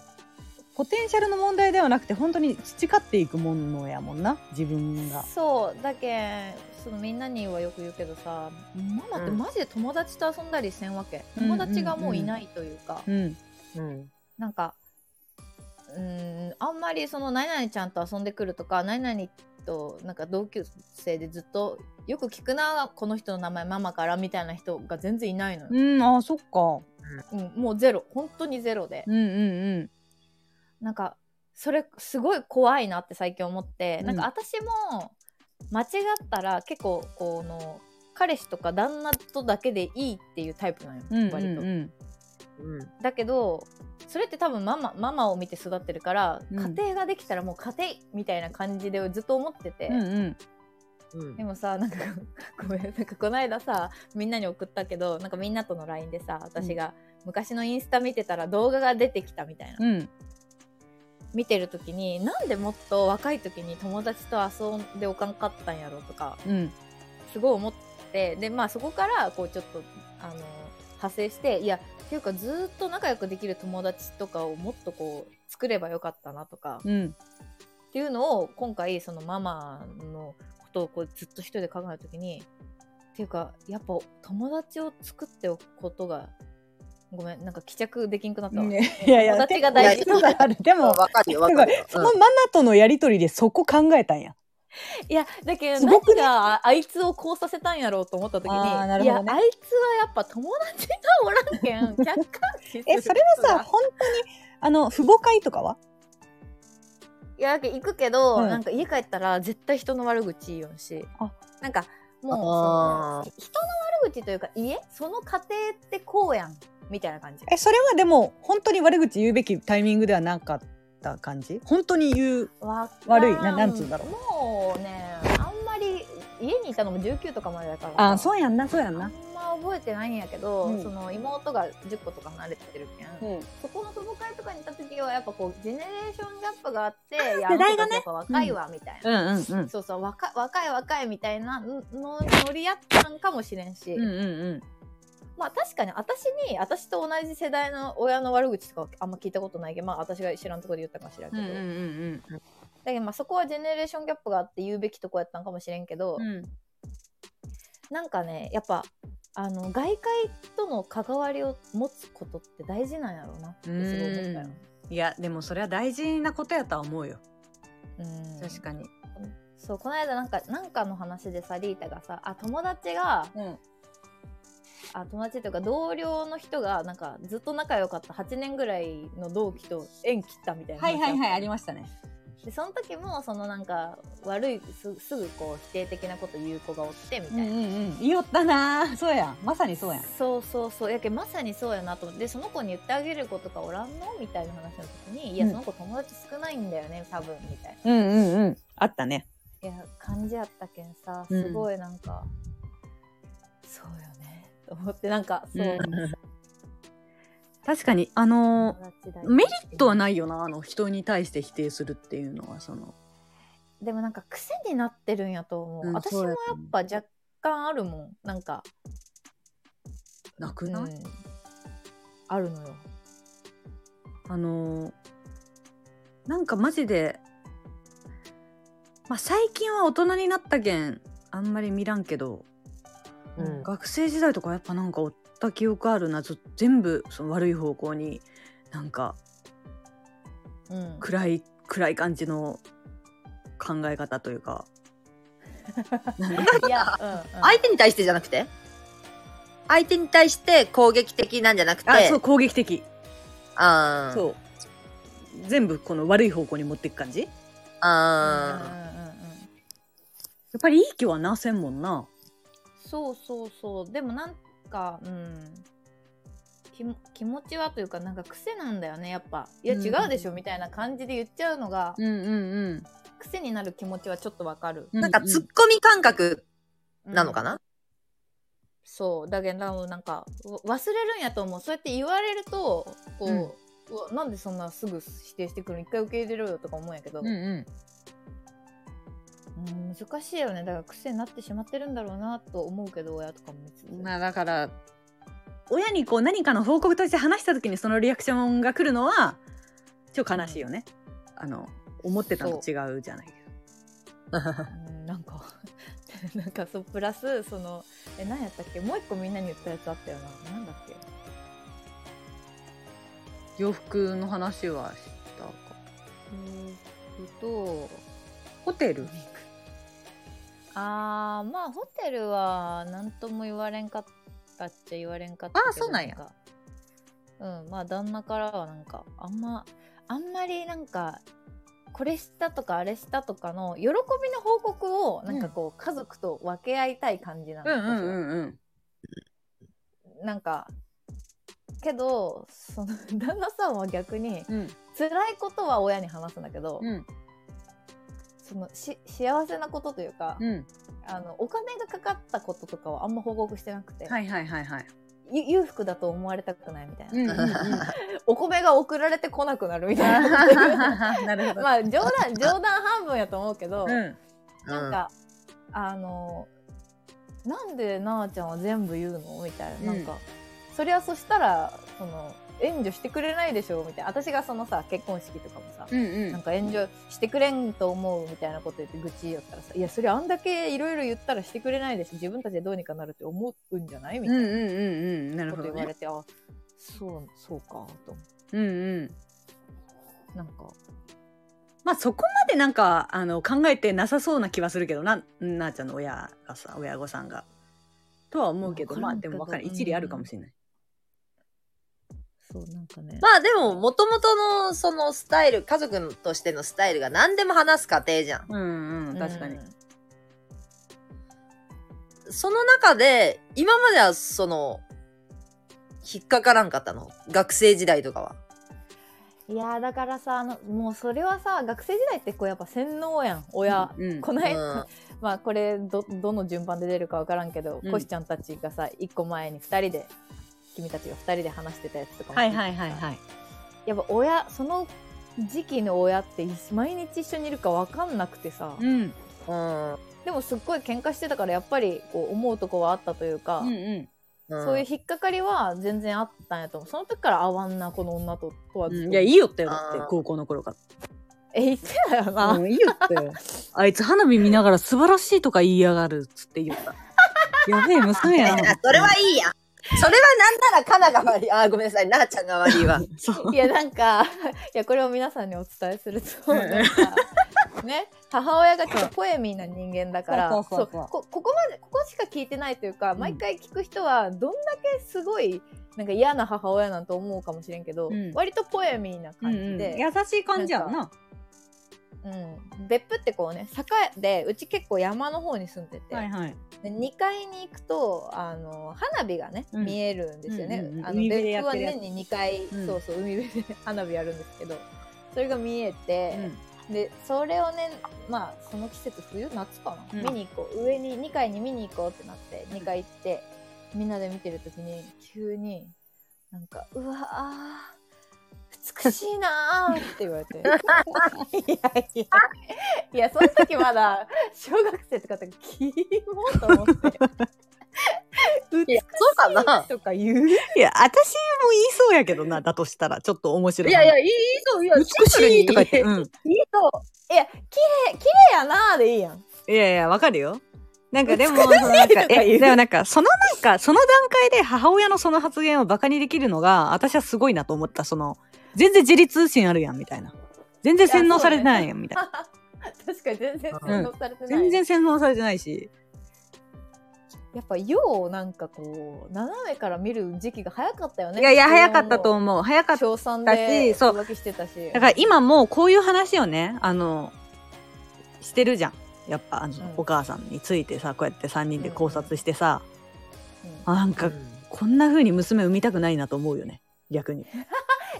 A: うポテンシャルの問題ではなくて本当に培っていくものやもんな自分が。
B: そうだけんそのみんなにはよく言うけどさママって
C: うん
B: マジで友達と遊んだりせんわけ、
A: うんうんうん
B: 友達がもういないというか、
A: うん
C: うん。
B: なんかうーんあんまりその何々ちゃんと遊んでくるとか何々となんか同級生でずっとよく聞くなこの人の名前ママからみたいな人が全然いないのよ、
A: うん、あそっか。
B: うんもうゼロ本当にゼロで
A: うんうん
B: なんかそれすごい怖いなって最近思って、
A: うん
B: なんか私も間違ったら結構この彼氏とか旦那とだけでいいっていうタイプなんよ、
A: うん。うんう
B: 割と、
A: ん
C: うん。
B: だけどそれって多分ママママを見て育ってるから、
A: うん
B: 家庭ができたらもう家庭みたいな感じでずっと思ってて、
A: うん。うんうん。
B: でもさなんかごめんなんかこの間さみんなに送ったけどなんかみんなとの LINE でさ私が昔のインスタ見てたら動画が出てきたみたいな、
A: うん
B: 見てる時になんでもっと若い時に友達と遊んでおかんかったんやろとか
A: うん
B: すごい思ってでまあそこからこうちょっとあの派生していやっていうかずっと仲良くできる友達とかをもっとこう作ればよかったなとか
A: うん
B: っていうのを今回そのママのことをこうずっと一人で考える時にっていうかやっぱ友達を作っておくことがごめんなんか帰着できんくなったわ、
A: ねいやいや、
B: 友達が大事
A: 結構あるでも、
C: わかるよ、わかるよ。
A: そのマナとのやりとりでそこ考えたんや。
B: いやだけど
A: すご
B: 何
A: くね
B: がああいつをこうさせたんやろうと思った時に、
A: あーないる
B: や
A: ほ
B: あ
A: ど
B: い
A: ね
B: つはやっぱ友達がおらんけん客観視する
A: え、それはさ、
B: さ
A: 本当に、あの、父母会とかはい
B: やだけど行くけど、
A: うん
B: なんか家帰ったら絶対人の悪口言うんし
A: あ
B: なんかもう
C: あー
B: その人の悪口というか家その家庭ってこうやんみたいな感じ
A: え、それはでも、本当に悪口言うべきタイミングではなかった感じ本当に言う。
B: わか
A: 悪いななんつうんだろう
B: もうねあんまり家にいたのも19とかまでだからさ
A: あ、そうやんな、そうやん
B: あん
A: な。
B: ま覚えてないんやけど、
A: うん
B: その妹が10個とか離れてるけん、
A: うん。
B: そこの友会とかにいた時はやっぱこうジェネレーションギャップがあっていや
A: 世代が
B: ねやっぱ若いわみたいな、
A: うんうんうん。
B: そうそう若若い若いみたいなのの乗り合ったんかもしれんし、
A: うんうん
B: まあ確かに私に私と同じ世代の親の悪口とかはあんま聞いたことないけどまあ私が知らんところで言ったかもしれん
A: う
B: け
A: ん。
B: ど、
A: ん
B: だけどまあそこはジェネレーションギャップがあって言うべきとこやったんかもしれんけど、
A: うん。
B: なんかねやっぱあの外界との関わりを持つことって大事なんやろうなってすごい思ったよ。
A: いやでもそれは大事なことやとは思うよ
B: うん
A: 確かに
B: そうこの間なんかなんかの話でさリータがさあ友達が
A: うん
B: あ友達というか同僚の人がなんかずっと仲良かった8年ぐらいの同期と縁切ったみたいな
A: はいはいはいあり
B: ま
A: ましたね
B: すでその時もそのなんか悪いすすぐこう否定的なこと言う子がおってみたい
A: うん
B: な、
A: うんうん言おったなーそうやんまさにそうやん
B: そうそうそうやけまさにそうやなと思ってでその子に言ってあげる子とかおらんのみたいな話の時に「いや
A: うん
B: その子友達少ないんだよね多分」みたい
A: うんうんうんあったね
B: ないや感じやったけんさ
A: うん
B: すごいなんか、そうよねと思ってなんかそう、
A: うん確かにあの
B: 友達大
A: ー
B: 事
A: メリットはないよなあの人に対して否定するっていうのはその
B: でもなんか癖になってるんやと思う、
A: うん
B: 私もやっ
A: そうや
B: ぱ若干あるもんなんか、
A: なく
B: う
A: ない、
B: ん、あるのよ
A: あのーなんかマジで、まあ、最近は大人になったけんあんまり見らんけど、
C: うん
A: 学生時代とかやっぱなんかおった記憶あるなずっ全部その悪い方向になんか
B: うん
A: 暗い暗い感じの考え方というか
B: いや、うんうん
C: 相手に対してじゃなくて相手に対して攻撃的なんじゃなくて。
A: あそう攻撃的、
C: あー
A: そう全部この悪い方向に持っていく感じや
B: うんうん
C: あ
B: うんうん
A: っぱりいい気はなせんもんな
B: そうそうそうでもなんかうん気も気持ちはというかなんか癖なんだよねやっぱいや
A: うん
B: 違うでしょ、みたいな感じで言っちゃうのが、
A: うんうんうん
B: 癖になる気持ちはちょっとわかる、
C: ーなんか突っ込み感覚なのか
B: うん
C: な
B: そうだけどなんかわ忘れるんやと思うそうやって言われるとこう,
A: う
B: うんわ、なんでそんなすぐ否定してくるの一回受け入れろよとか思うんやけど、
A: うんうん
B: うん難しいよねだから癖になってしまってるんだろうなと思うけど親とかも見つつ
A: まあだから親にこう何かの報告として話した時にそのリアクションが来るのはちょっと悲しいよね、あの思ってたのと違うじゃないけ
B: うんなんか なんかそうプラスそのえ何やったっけもう一個みんなに言ったやつあったよななんだっけ
A: ど洋服の話はしたか
B: えっと
A: ホテル
B: あーまあホテルは何とも言われんかったっちゃ言われんかった
A: あーそうなんや
B: かうんまあ旦那からはなんかあんまあんまりなんかこれしたとかあれしたとかの喜びの報告をなんかこう、家族と分け合いたい感じなの
A: うんうんうんうん
B: なんかけどその旦那さんは逆に
A: うん
B: 辛いことは親に話すんだけど、
A: うん
B: そのし幸せなことというか、
A: うん
B: あのお金がかかったこととかはあんま報告してなくて、
A: はいはいはいはい
B: ゆ裕福だと思われたくないみたいな、
A: うんうんうん
B: お米が送られてこなくなるみたい なこと言う
A: なるほど、
B: まあ冗談冗談半分やと思うけ
A: う
B: ど、
A: ん
B: なんか、あのなんでなあちゃんは全部言うのみたいななんか、そりゃそしたらその援助してくれないでしょみたいな私がそのさ結婚式とかもさ、
A: うん
B: なんか援助してくれんと思うみたいなこと言って愚痴言ったらさ「いやそれあんだけいろいろ言ったらしてくれないでしょ自分たちでどうにかなるって思うんじゃない?」み
A: うんう
B: た
A: ん
B: い
A: うんうんなる
B: なこ
A: ほ
B: と
A: ど
B: 言わ
A: ね
B: れて、あそうそうかと思
A: うんうん
B: うなんか
A: まあそこまでなんかあの考えてなさそうな気はするけどななあちゃんの親がさ親御さんが。とは思うけど
B: わから
A: まあ
B: んけ
A: で
B: ど
A: も分かる
B: うん
A: 一理あるかもしれない。
B: そうなんかね、
C: まあでも、もともとのそのスタイル、家族としてのスタイルが何でも話す家庭じゃん。
A: うんうん確かに
B: う。ん
C: その中で、今まではその、引っかからんかったの。学生時代とかは。
B: いやーだからさあのもうそれはさ学生時代ってこうやっぱ洗脳やん親、
A: うん
B: この間、まあこれどどの順番で出るか分からんけど、
A: うん
B: コシちゃんたちがさ1個前に2人で君たちが2人で話してたやつとかも
A: はいはいはいはい。
B: やっぱ親その時期の親ってい毎日一緒にいるか分かんなくてさ、
A: うん
C: うん。うん
B: でもすっごい喧嘩してたからやっぱりこう思うとこはあったというか、
A: うんうん
B: そういう引っかかりは全然あったんやと思うその時から合わんなこの女ととは
A: う
B: ずっと、
A: ん。いやいいよってよ
C: あ
A: だ
C: ー
A: って高校の頃か
B: え言ってたよ
A: ら。
B: な、
A: うんいいよってよ。あいつ花火見ながら素晴らしいとか言いやがるっつって言った。やべえ、無さんや
C: いやそれはいいや。それはなんならカナが悪い。あー、ごめんなさい。なあちゃんが悪いわ。
A: そう。
B: いやなんかいやこれを皆さんにお伝えすると
C: うん
B: なんかね母親がちょっとポエミーな人間だから
A: そうそう
B: そ
A: そううそう
B: こここまでここしか聞いてないというか毎回聞く人はどんだけすごいなんか嫌な母親なんと思うかもしれんけど、
A: うん
B: 割とポエミーな
A: うん
B: 感じ
A: うん、
B: で、
A: 優しい感じやんな。
B: うん、別府ってこうね坂でうち結構山の方に住んでて、
A: はいはい。
B: で2階に行くとあの花火がね、
A: うん
B: 見えるんですよね、
A: うんうんうん
B: あの
A: 海辺で
B: 別
A: や
B: 府
A: っ
B: は
A: てるやつ
B: 年に2回、
A: ん
B: そうそう海辺で花火やるんですけどそれが見えて
A: う、ん
B: でそれをねまあその季節冬夏かな、
A: うん
B: 見に行こう上に2階に見に行こうってなって2階行ってみんなで見てる時に急になんか「うわあ美しいなあ」って言われ ていやいやいやその時まだ小学生とかだからキモと思って
C: いや、そうかな。
B: とか言う
A: いや、私も言いそうやけどな、だとしたら、ちょっと面白
C: い
A: い。
C: やいや、いい、いいそう、いや、
A: 美しいとか言って。うん。
B: いいといや綺麗綺麗やなあでいいやん
A: いやいや、わかるよ。なんかでも、そのなんか、え、でもなんか、そのなんか、その段階で母親のその発言をバカにできるのが、私はすごいなと思った。その、全然自立心あるやん、みたいな。全然洗脳されてないやん、みたいな。
B: 確かに全然洗脳されてない、
A: 全然洗脳されてないし。
B: やっぱようなんかこう斜めから見る時期が早かったよね
A: いやいや、早かったと思う。早かった。
B: 小三で
A: そう
B: 浮気してたし
A: だから今もうこういう話をね、あの、してるじゃん。やっぱ、あの、
B: うん
A: お母さんについてさ、こうやって3人で考察してさ、
B: うん
A: あなんか、こんな風に娘産みたくないなと思うよね。逆に。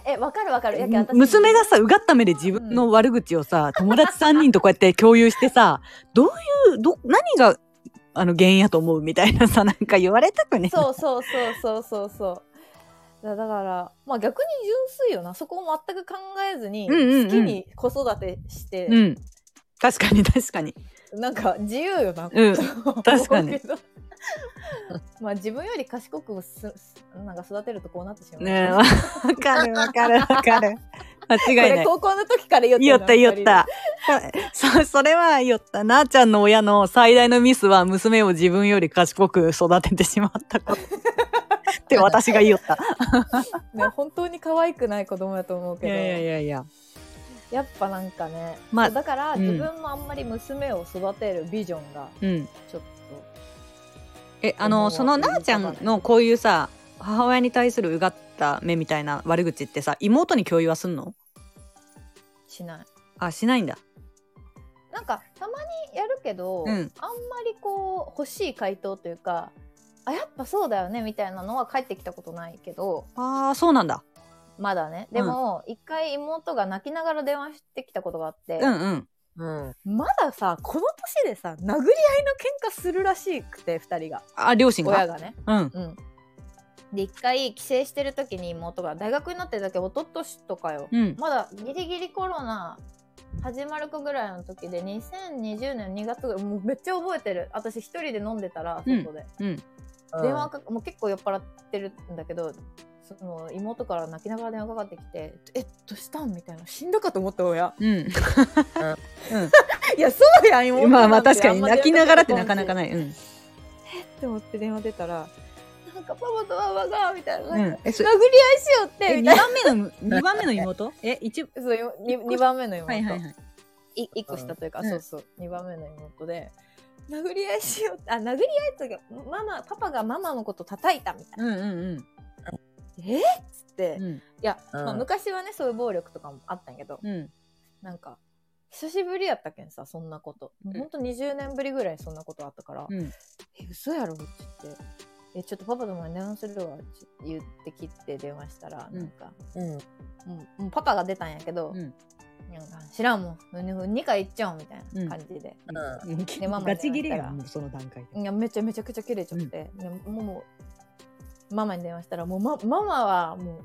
B: えわかるわかるやけん私
A: 娘がさうがった目で自分の悪口をさ、友達3人とこうやって共有してさどういうど何があの原因やと思うみたいなさなんか言われたくね
B: そうそうそうそうそうそうだだからまあ逆に純粋よなそこを全く考えずに
A: うんうんうん
B: 好きに子育てして、
A: うん確かに確かに
B: なんか自由よな、
A: うん
B: と 思う
A: 確かに
B: けどまあ自分より賢くすすなんか育てるとこうなってしまう
A: ねえわかるわかるわかる間違い
B: こ
A: な
B: れ
A: い
B: 高校の時から言って
A: 言おった言おったそ それは言おったなあちゃんの親の最大のミスは娘を自分より賢く育ててしまったことって私が言おった
B: ね、本当に可愛くない子供だと思うけ
A: い
B: ど
A: やいやいやいや
B: やっぱなんかね、
A: まあ
B: そうだから
A: うん
B: 自分もあんまり娘を育てるビジョンが
A: うん
B: ちょっ
A: えあの
B: 思う
A: そのなあちゃんのこういうさ母親に対するうがった目みたいな悪口ってさ妹に共有はすんの
B: としない
A: あしないんだ
B: なんかたまにやるけ
A: う
B: ど、
A: ん
B: あんまりこう欲しい回答というかあやっぱそうだよねみたいなのは返ってきたことないけど
A: あーそうなんだ
B: まだねでも一、回妹が泣きながら電話してきたことがあって、
A: うんうん
C: うん。
B: まださこの年でさ殴り合いの喧嘩するらしくて2人が
A: あ両親が
B: 親がね
A: うん
B: うん、で一回帰省してる時に妹が大学になってるだけ一昨年とかよ、
A: うん
B: まだギリギリコロナ始まるかぐらいの時で2020年2月ぐらいもうめっちゃ覚えてる私一人で飲んでたら
A: うん
B: 外で、
A: うん
B: 電話かもう結構酔っ払ってるんだけどその妹から泣きながら電話かかってきて「えどうしたん?」みたいな死んだかと思った親
A: うん
B: いやそうやん妹
A: まあ
B: なんて
A: まあ確かに
B: んま
A: 泣きながらってなかなか
B: 電話かかってこんし
A: ないうん
B: って思って電話出たら「なんかパパとママが」みたいな、
A: う
B: なん
A: ん
B: か
A: え
B: 殴
A: そ
B: り合いしようって
A: え二
B: みたいな
A: 番目の二番目の妹え一は
B: そうよに二番目の妹、
A: いはいはい
B: い一個下というか、
A: うん
B: そうそう二番目の妹で殴り合いしようあ殴り合いというかママパパがママのこと叩いたみたいな
A: うんうん
B: 「えっ?」っつって、
A: うん
B: い
A: うん
B: や、まあ、
C: うん
B: 昔はねそういう暴力とかもあったんやけど
A: うん
B: なんか久しぶりやったけんさそんなこともうほんと20年ぶりぐらいにそんなことあったから「
A: うん
B: え嘘やろ?」って言って。えちょっとパパとママに電話するわって言って切って電話したら、
A: うん
B: なんか
C: うん。
B: もうもうパパが出たんやけど、
A: うん
B: なんか知らんもん2回行っちゃおうみたいな感じで、でママに
A: ガチ切れや
B: なんんか
A: もうその段階
B: いやめちゃめちゃくちゃ切れちゃって、でもうもうママに電話したらもう、ま、ママはもう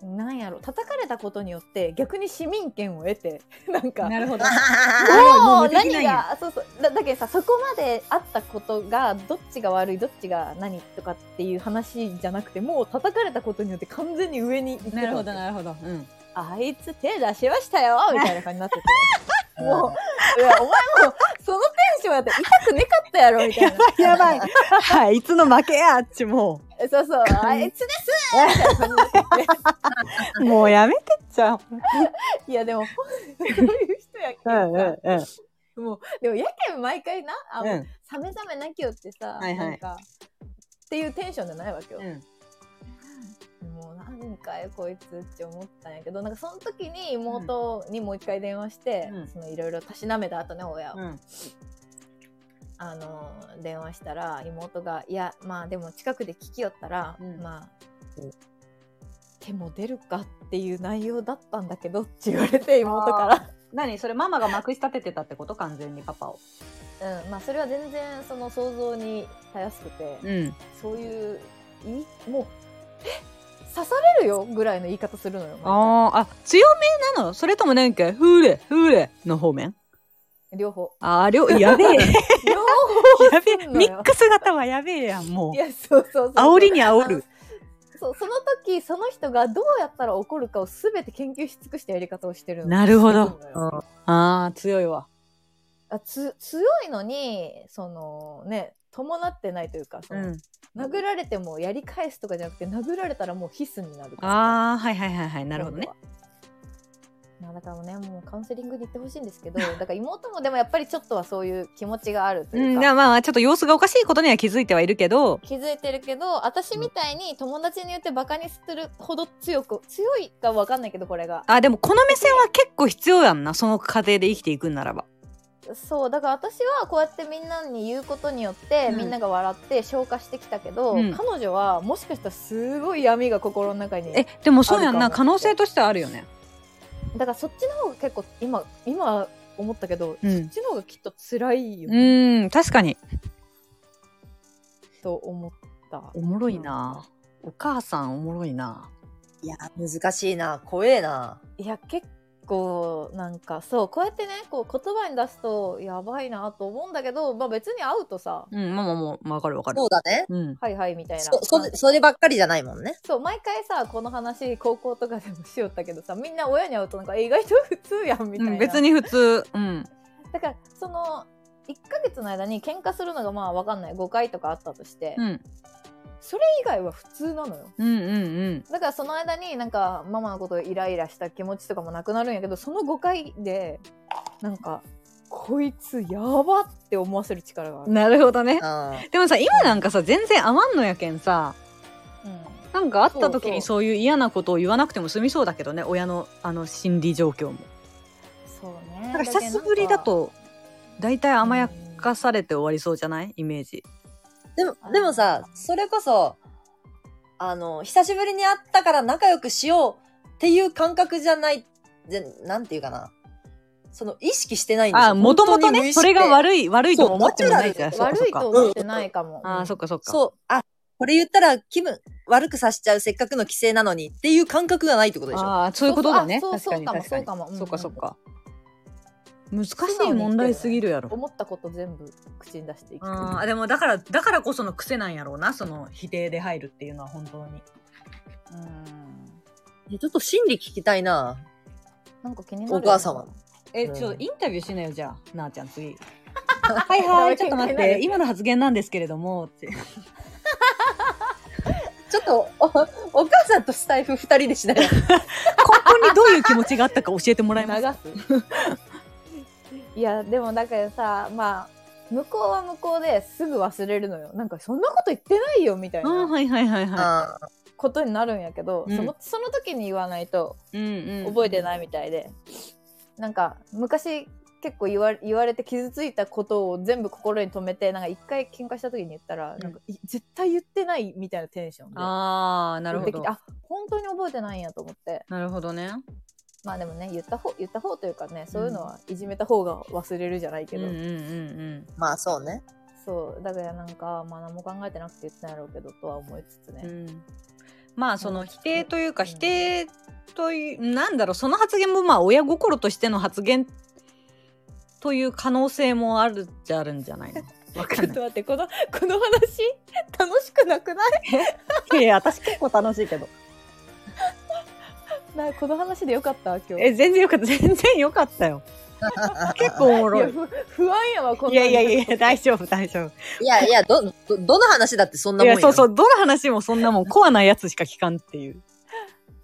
B: なんやろ叩かれたことによって逆に市民権を得て なん
A: で
B: か
A: なるほど
B: も
A: も
B: う
A: う無敵な
B: 何
A: んや
B: がそうそうだだけどさそこまであったことがどっちが悪いどっちが何とかっていう話じゃなくてもう叩かれたことによって完全に上に行って
A: なる
B: た
A: ほ
B: わ
A: ど
B: け
A: なるほどうん
B: あいつ手出しましたよみたいな感じになってて。もう、いや、お前もう、そのテンシ
E: もやって痛くねかったやろみたいな。
A: やばい。はい、いつの負けや、あっちも
E: そうそう、あいつですみたいな感じで
A: う。もうやめてっちゃう。
B: いやでもほんそういう人やけ
A: うんん
B: さ
A: うんうん。
B: でもやけん毎回なあの、
A: うん
B: サメザメなきよってさ、
A: はいはい
B: なんかっていうテンションじゃないわけよ、
A: うん
B: もう何回こいつって思ったんやけどなんかその時に妹にもう一回電話して
A: うん
B: そのいろいろたしなめた後ね親を、
A: うん
B: あの電話したら妹が「いやまあでも近くで聞きよったら、
A: うん
B: まあ
A: うん
B: 手も出るかっていう内容だったんだけど」って言われて妹か
A: 何それママがまくし立ててたってこと完全にパパを。
B: ら、うんまあ、それは全然その想像にたやすくて、
A: うん。
B: そういういもう「え刺されるよ」ぐらいの言い方するのよ毎回
A: ああ、あ、強めなのそれともなんか、フーレ、フーレの方面
B: 両方
A: ああ、両、 やべえ。
B: 両方
A: やべ
B: す
A: え。
B: んのよ
A: ミックス型はやべえやん、も
B: いやそうそうそう
A: う。煽りに煽る。
B: そうその時その人がどうやったら怒るかを全て研究し尽くしたやり方をしてるの
A: なるほど
B: してくんのよ
A: ああ、強いわ。
B: あつ強いのにそのね伴ってないというかその、
A: うん。
B: 殴られてもやり返すとかじゃなくて殴られたらもう必須になるから
A: ああ、はいはいはいはい。なるほどね。
B: まあだからねもうカウンセリングに行ってほしいんですけどだから妹もでもやっぱりちょっとはそういう気持ちがあると
A: う
B: い
A: ん、
B: う
A: ま
B: か、
A: あまあ、ちょっと様子がおかしいことには気づいてはいるけど、
B: 気づいてるけど私みたいに友達によってバカにするほど強く強いか分かんないけどこれが
A: あ、でもこの目線は結構必要やんな。その過程で生きていくんならば。
B: そうだから私はこうやってみんなに言うことによって、
A: うん
B: みんなが笑って消化してきたけど、
A: うん
B: 彼女はもしかしたらすごい闇が心の中に
A: え、でもそうやん
B: あ
A: な。
B: るか
A: 可
B: も
A: 能性としてはあるよね。
B: だからそっちの方が結構今今思ったけど、
A: うん
B: そっちの方がきっと辛いよ
A: うーん、確かに。
B: と思った、
A: おもろいな。お母さんおもろいな。
C: いや、難しいな。怖えな。
B: いや結構なんかそうこうやってねこう言葉に出すとやばいなと思うんだけど、まあ、別に会うとさ「
A: うん、まあまあもう、わかるわかる
C: そ。うだね。
A: うん。
B: はいはい」みたいな
C: そ、そ、そればっかりじゃないもんね。
B: そう毎回さこの話高校とかでもしよったけどさみんな親に会うとなんかえ意外と普通やんみたいな、
A: うん別に普通。うん。
B: だからその1ヶ月の間に喧嘩するのがまあ分かんない5回とかあったとして、
A: うん。
B: それ以外は普通なのよ
A: うんうん
B: だからその間になんかママのことイライラした気持ちとかもなくなるんやけどその5回でなんかこいつやばって思わせる力があ
A: う
B: る
A: ん。、なるほどね。
C: うん。
A: でもさ、今なんかさ、全然合わんのやけんさ、
B: うん
A: なんか会った時に
B: そ
A: そういう嫌なことを言わなくても済みそうだけどね、親のあの心理状況も。
B: そうね
A: だから久しぶりだと、大体甘や
B: うん
A: かされて終わりそうじゃないイメージ。
C: でも、でもさ、それこそ、あの、久しぶりに会ったから仲良くしようっていう感覚じゃない、でなんていうかな。その、意識してないんですよ
A: あ、もともとね、それが
C: い。
A: 悪い、悪いとも思ってもないじゃん。
C: そうナ
B: 悪
C: チ
A: そ
B: いう
A: か
B: と
A: そうか
B: 思ってないかも、
A: あー、そっ
B: か
A: かそっか。
C: そう。あ、これ言ったら気分悪くさせちゃうせっかくの規制なのにっていう感覚がないってことでしょ。
A: ああ、そういうことだね。
B: そうそ
A: 確
B: う
A: かに
B: あそ
A: 確
B: う
A: かに。
B: そうかも
A: そ
B: そうう
A: か
B: か
A: そ
B: も
A: う
B: うん
A: か。難しい問題すぎるやろ。
B: 思ったこと全部口に出していく
A: あーでもだからだからこその癖なんやろうなその否定で入るっていうのは本当に
B: うん
C: ちょっと心理聞きたいな。
B: なんか気になるよね
C: お母様
A: え
C: うん
A: ちょっとインタビューしなよじゃあなあちゃん 次はいはいちょっと待っ
B: 喧嘩にな
A: て
B: る
A: 今の発言なんですけれどもって
C: ちょっとお、お母さんとスタイフ二人でしない
A: 根本にどういう気持ちがあったか教えてもらえますか
B: 流すいやでもだからさまあ向こうは向こうですぐ忘れるのよなんかそんなこと言ってないよみたい
A: あー
B: な
A: はいはいはいは
C: あ
B: ことになるんやけど、
A: うん
B: そのその時に言わないと
A: い、うんうん、
B: 覚えてないみたいで、なんか昔結構言わ言われて傷ついたことを全部心に留めてなんか一回喧嘩した時に言ったら、
A: ん
B: なんかい絶対言ってないみたいなテンションで
A: ああなる
B: 言
A: ほ
B: ってき
A: ど
B: てあ本当に覚えてないんやと思って
A: なるほどね
B: まあでもね言った方言った方というかねそういうのはいじめた方が忘れるじゃないけ
A: うん
B: ど、
A: うんうん
C: ーまあそうね。
B: そうだからなんかまあ何も考えてなくて言ってないやろうけどとは思いつつね、
A: うんうんまあその否定というか
B: うん
A: 否定というなんだろうその発言もまあ親心としての発言という可能性もあるっちゃあるんじゃないのわ
B: ち
A: かん
B: ょっ
A: ない
B: と待ってこのこの話楽しくなくない
A: いや私結構楽しいけど。
B: なこの話でよかった今 日
A: え、全然よかった。全然よかったよ。結構おもろい。
B: 不不安やわ、こん
A: い
B: な
A: や
B: ん
A: いやいや、大丈夫、大丈
C: いやいや、ど、ど、どの話だってそん
A: 夫。
C: ないもん
A: や、
C: や
A: そうそう、どの話もそんなもん、コアなやつしか聞かんっていう。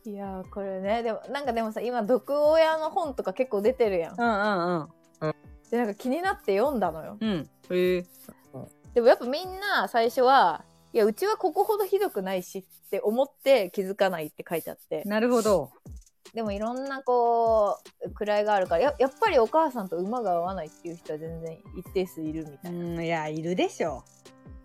B: いやーこれねでもなんかでもさ今毒親の本とか結構出てるやん
A: うんうんうん。
B: でなんか気になって読んだのよ
A: うん。へえ。
B: でもやっぱみんな最初はいやうちはここほどひどくないしって思って気づかないって書いてあって
A: なるほど。
B: でもいろんなこう位があるからややっぱりお母さんと馬が合わないっていう人は全然一定数いるみた
A: う
B: いな、い
A: ん、いや、いるでしょ。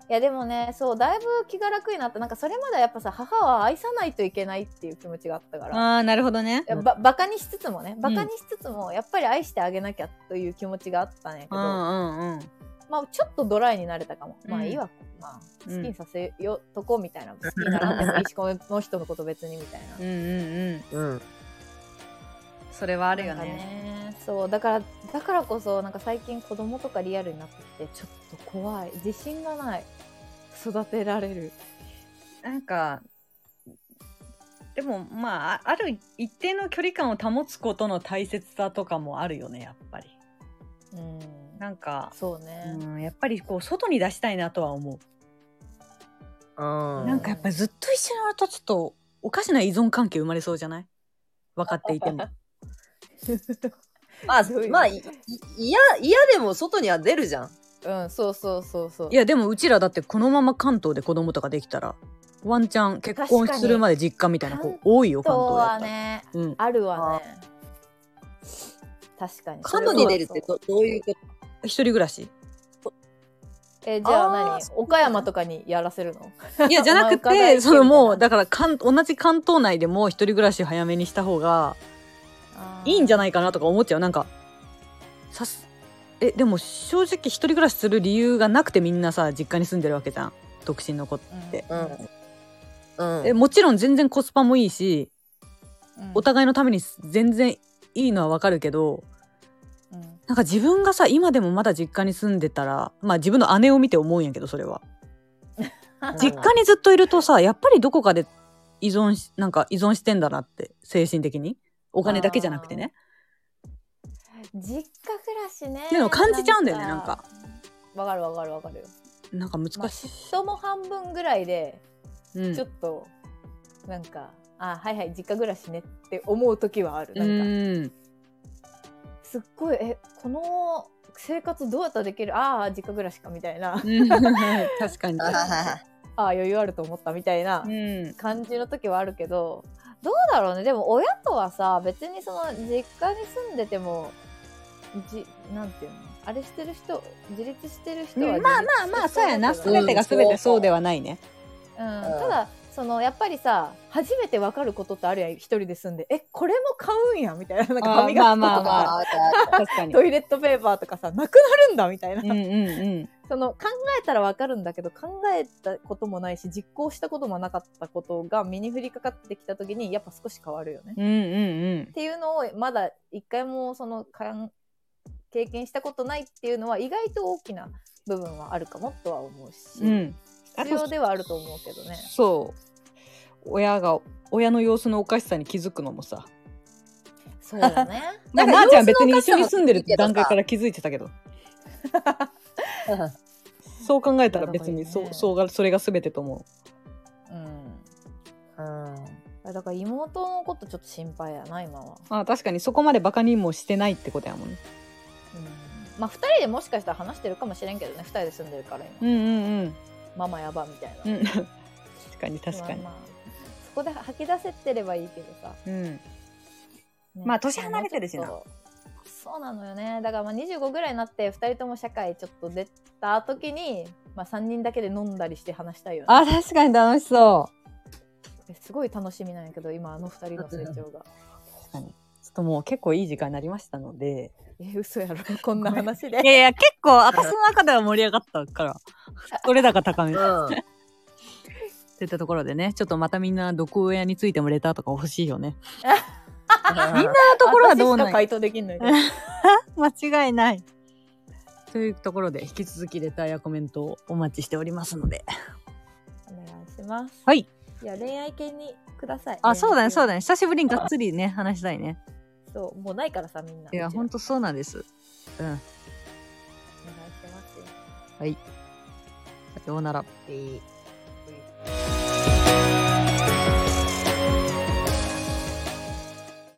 B: やでもねそうだいぶ気が楽になったなんかそれまではやっぱさ母は愛さないといけないっていう気持ちがあったから
A: ああ、なるほどね。
B: いやばバカにしつつもねバカにしつつも、やっぱり愛してあげなきゃという気持ちがあったんやけ
A: う
B: ど、
A: んうんうん。
B: まあちょっとドライになれたかも、
A: うん
B: まあいいわまあ好
A: う
B: き
A: ん
B: にさせよとこうみたいな好きにならんでもいいしこの人のこと別にみたいな
A: うんうんうん。
C: うん。
A: それはあるよ
B: なんか
A: ね。
B: ねそうだからだからこそなんか最近子供とかリアルになってきてちょっと怖い自信がない育てられる
A: なんか、でもまあ、あある一定の距離感を保つことの大切さとかもあるよね、やっぱり。
B: うん
A: なんか、
B: そうね、
A: うん、やっぱりこう、外に出したいなとは思う。
C: うん。
A: なんかやっぱりずっと一緒にいるとちょっとおかしな依存関係生まれそうじゃない分かってい ても。
C: まあ
B: どういうの、
C: まあ、い、いや、嫌でも外には出るじゃん。
B: うんそうそうそうそう
A: いやでもうちらだってこのまま関東で子供とかできたらワンチャン結婚するまで実家みたいな子
B: 確
A: 多いよ
B: 関
A: 関
B: 東
A: 東だ
B: は
A: ったら。
B: ね
A: うん、
B: あるわね確かに
C: 外に出るって
B: そうそう
C: どどういうこ
A: 一人暮ら し
B: えじゃあ
C: あ
B: 何
C: ーそう
B: 岡山とかにやらせるの
A: いやじゃなく
B: お前
A: て
B: 伺いして
A: そのもう
B: み
A: だ
B: た
A: から関同じ関東内でも一人暮らし早めにした方がいいんじゃないかなとか思っちゃうなんかさすえでも正直一人暮らしする理由がなくてみんなさ実家に住んでるわけじゃん独身の子って。
B: い
C: とうん。う
A: え
C: ん。
A: もちろん全然コスパもいいし
B: うん
A: お互いのために全然いいのはわかるけど
B: うん
A: なんか自分がさ今でもまだ実家に住んでたらまあ自分の姉を見て思うんやけどそれは実家にずっといるとさやっぱりどこかで依存しなんか依存してんだなって精神的にお金だけじゃなくてね
B: 実家暮らしね
A: っていうのを感じちゃうんだよねなんか
B: わかるわかるわかるよ
A: なんか難
B: まあ
A: しい、
B: 人も半分ぐらいで
A: うん
B: ちょっとなんか、あはいはい実家暮らしねって思う時はある
A: う
B: なんか
A: ん
B: すっごいえこの生活どうやったらできるああ実家暮らしかみたいな
A: うん 確かに
C: あはは
B: ああ余裕あると思ったみたいな
A: うん
B: 感じの時はあるけどどうだろうねでも親とはさ別にその実家に住んでてもじなんていうのあれしてる人自立してる人は
A: まあまあまあそうやな全てが全てそうではないね
B: うん、
C: うん
B: ただそのやっぱりさ初めて分かることってあるやん一人で住んでえこれも買うんやみたいななんか
A: あ
B: 歯
A: ー
B: 磨き
A: まあまあまあ
C: あー
A: 確 かに
B: トイレットペーパーとかさなくなるんだみたいな、
A: うんうんうん
B: その考えたら分かるんだけど考えたこともないし実行したこともなかったことが身に降りかかってきた時にやっぱ少し変わるよね。
A: うんうん
B: っていうのをまだ一回もそのかん経験したことないっていうのは意外と大きな部分はあるかもとは思うし、
A: うんうんあ
B: 必要ではあると思うけどね。
A: そう親が親の様子のおかしさに気づくのもさ、
B: そうだね。
A: まあ、
C: なんか
A: まーちゃん別
C: 様子
A: に
C: のおかし
A: 一緒
C: さも
A: に住んでる
C: いいけどさ
A: 段階から気づいてたけどそう考えたら別にそ
B: だからね
A: うそうがそれが全てと思
B: うん
C: うん。
B: あだから妹のことちょっと心配やな今は、
A: うあ確かにそこまでバカにもしてないってことやもんね
B: まあ2人でもしかしたら話してるかもしれんけどね2人で住んでるから今、
A: うんうん
B: ママやばみたい
A: うん
B: な、
A: うん 確かに確かに、
B: まあまあそこで吐き出せてればいいけどさ、
A: うん
B: ね
A: まあ年離れてるしな
B: まあもうちょっとそうなのよねだからまあ25ぐらいになって2人とも社会ちょっと出た時に、まあ、3人だけで飲んだりして話したいよね
A: あ確かに楽しそ
B: すごい楽しみなんやけど今あの2人の成長 が
A: う確かにちょっともう結構いい時間になりましたので
B: え嘘やろ こん な話で
A: いやいや結構私の中では盛り上がったから どれだか高め
C: うん。
A: っていったところでね、ちょっとまたみんな毒親についてもレターとか欲しいよね。
C: みんな
A: ところはどう
B: 私し
A: な
B: か
A: い
B: 回答できんのよ
A: 間違いない。というところで、引き続きレターやコメントをお待ちしておりますので。
B: お願いします
A: はい。
B: いや恋愛系にください
A: あ、そうだね、そう
B: だ
A: だね。久しぶりにがっつりね、話したいね。
B: そう、もうないからさ、みんな。
A: いや、
B: うちら
A: ほんとそうなんです。うん。
B: お願いしてますよ。
A: さようなら。
C: いい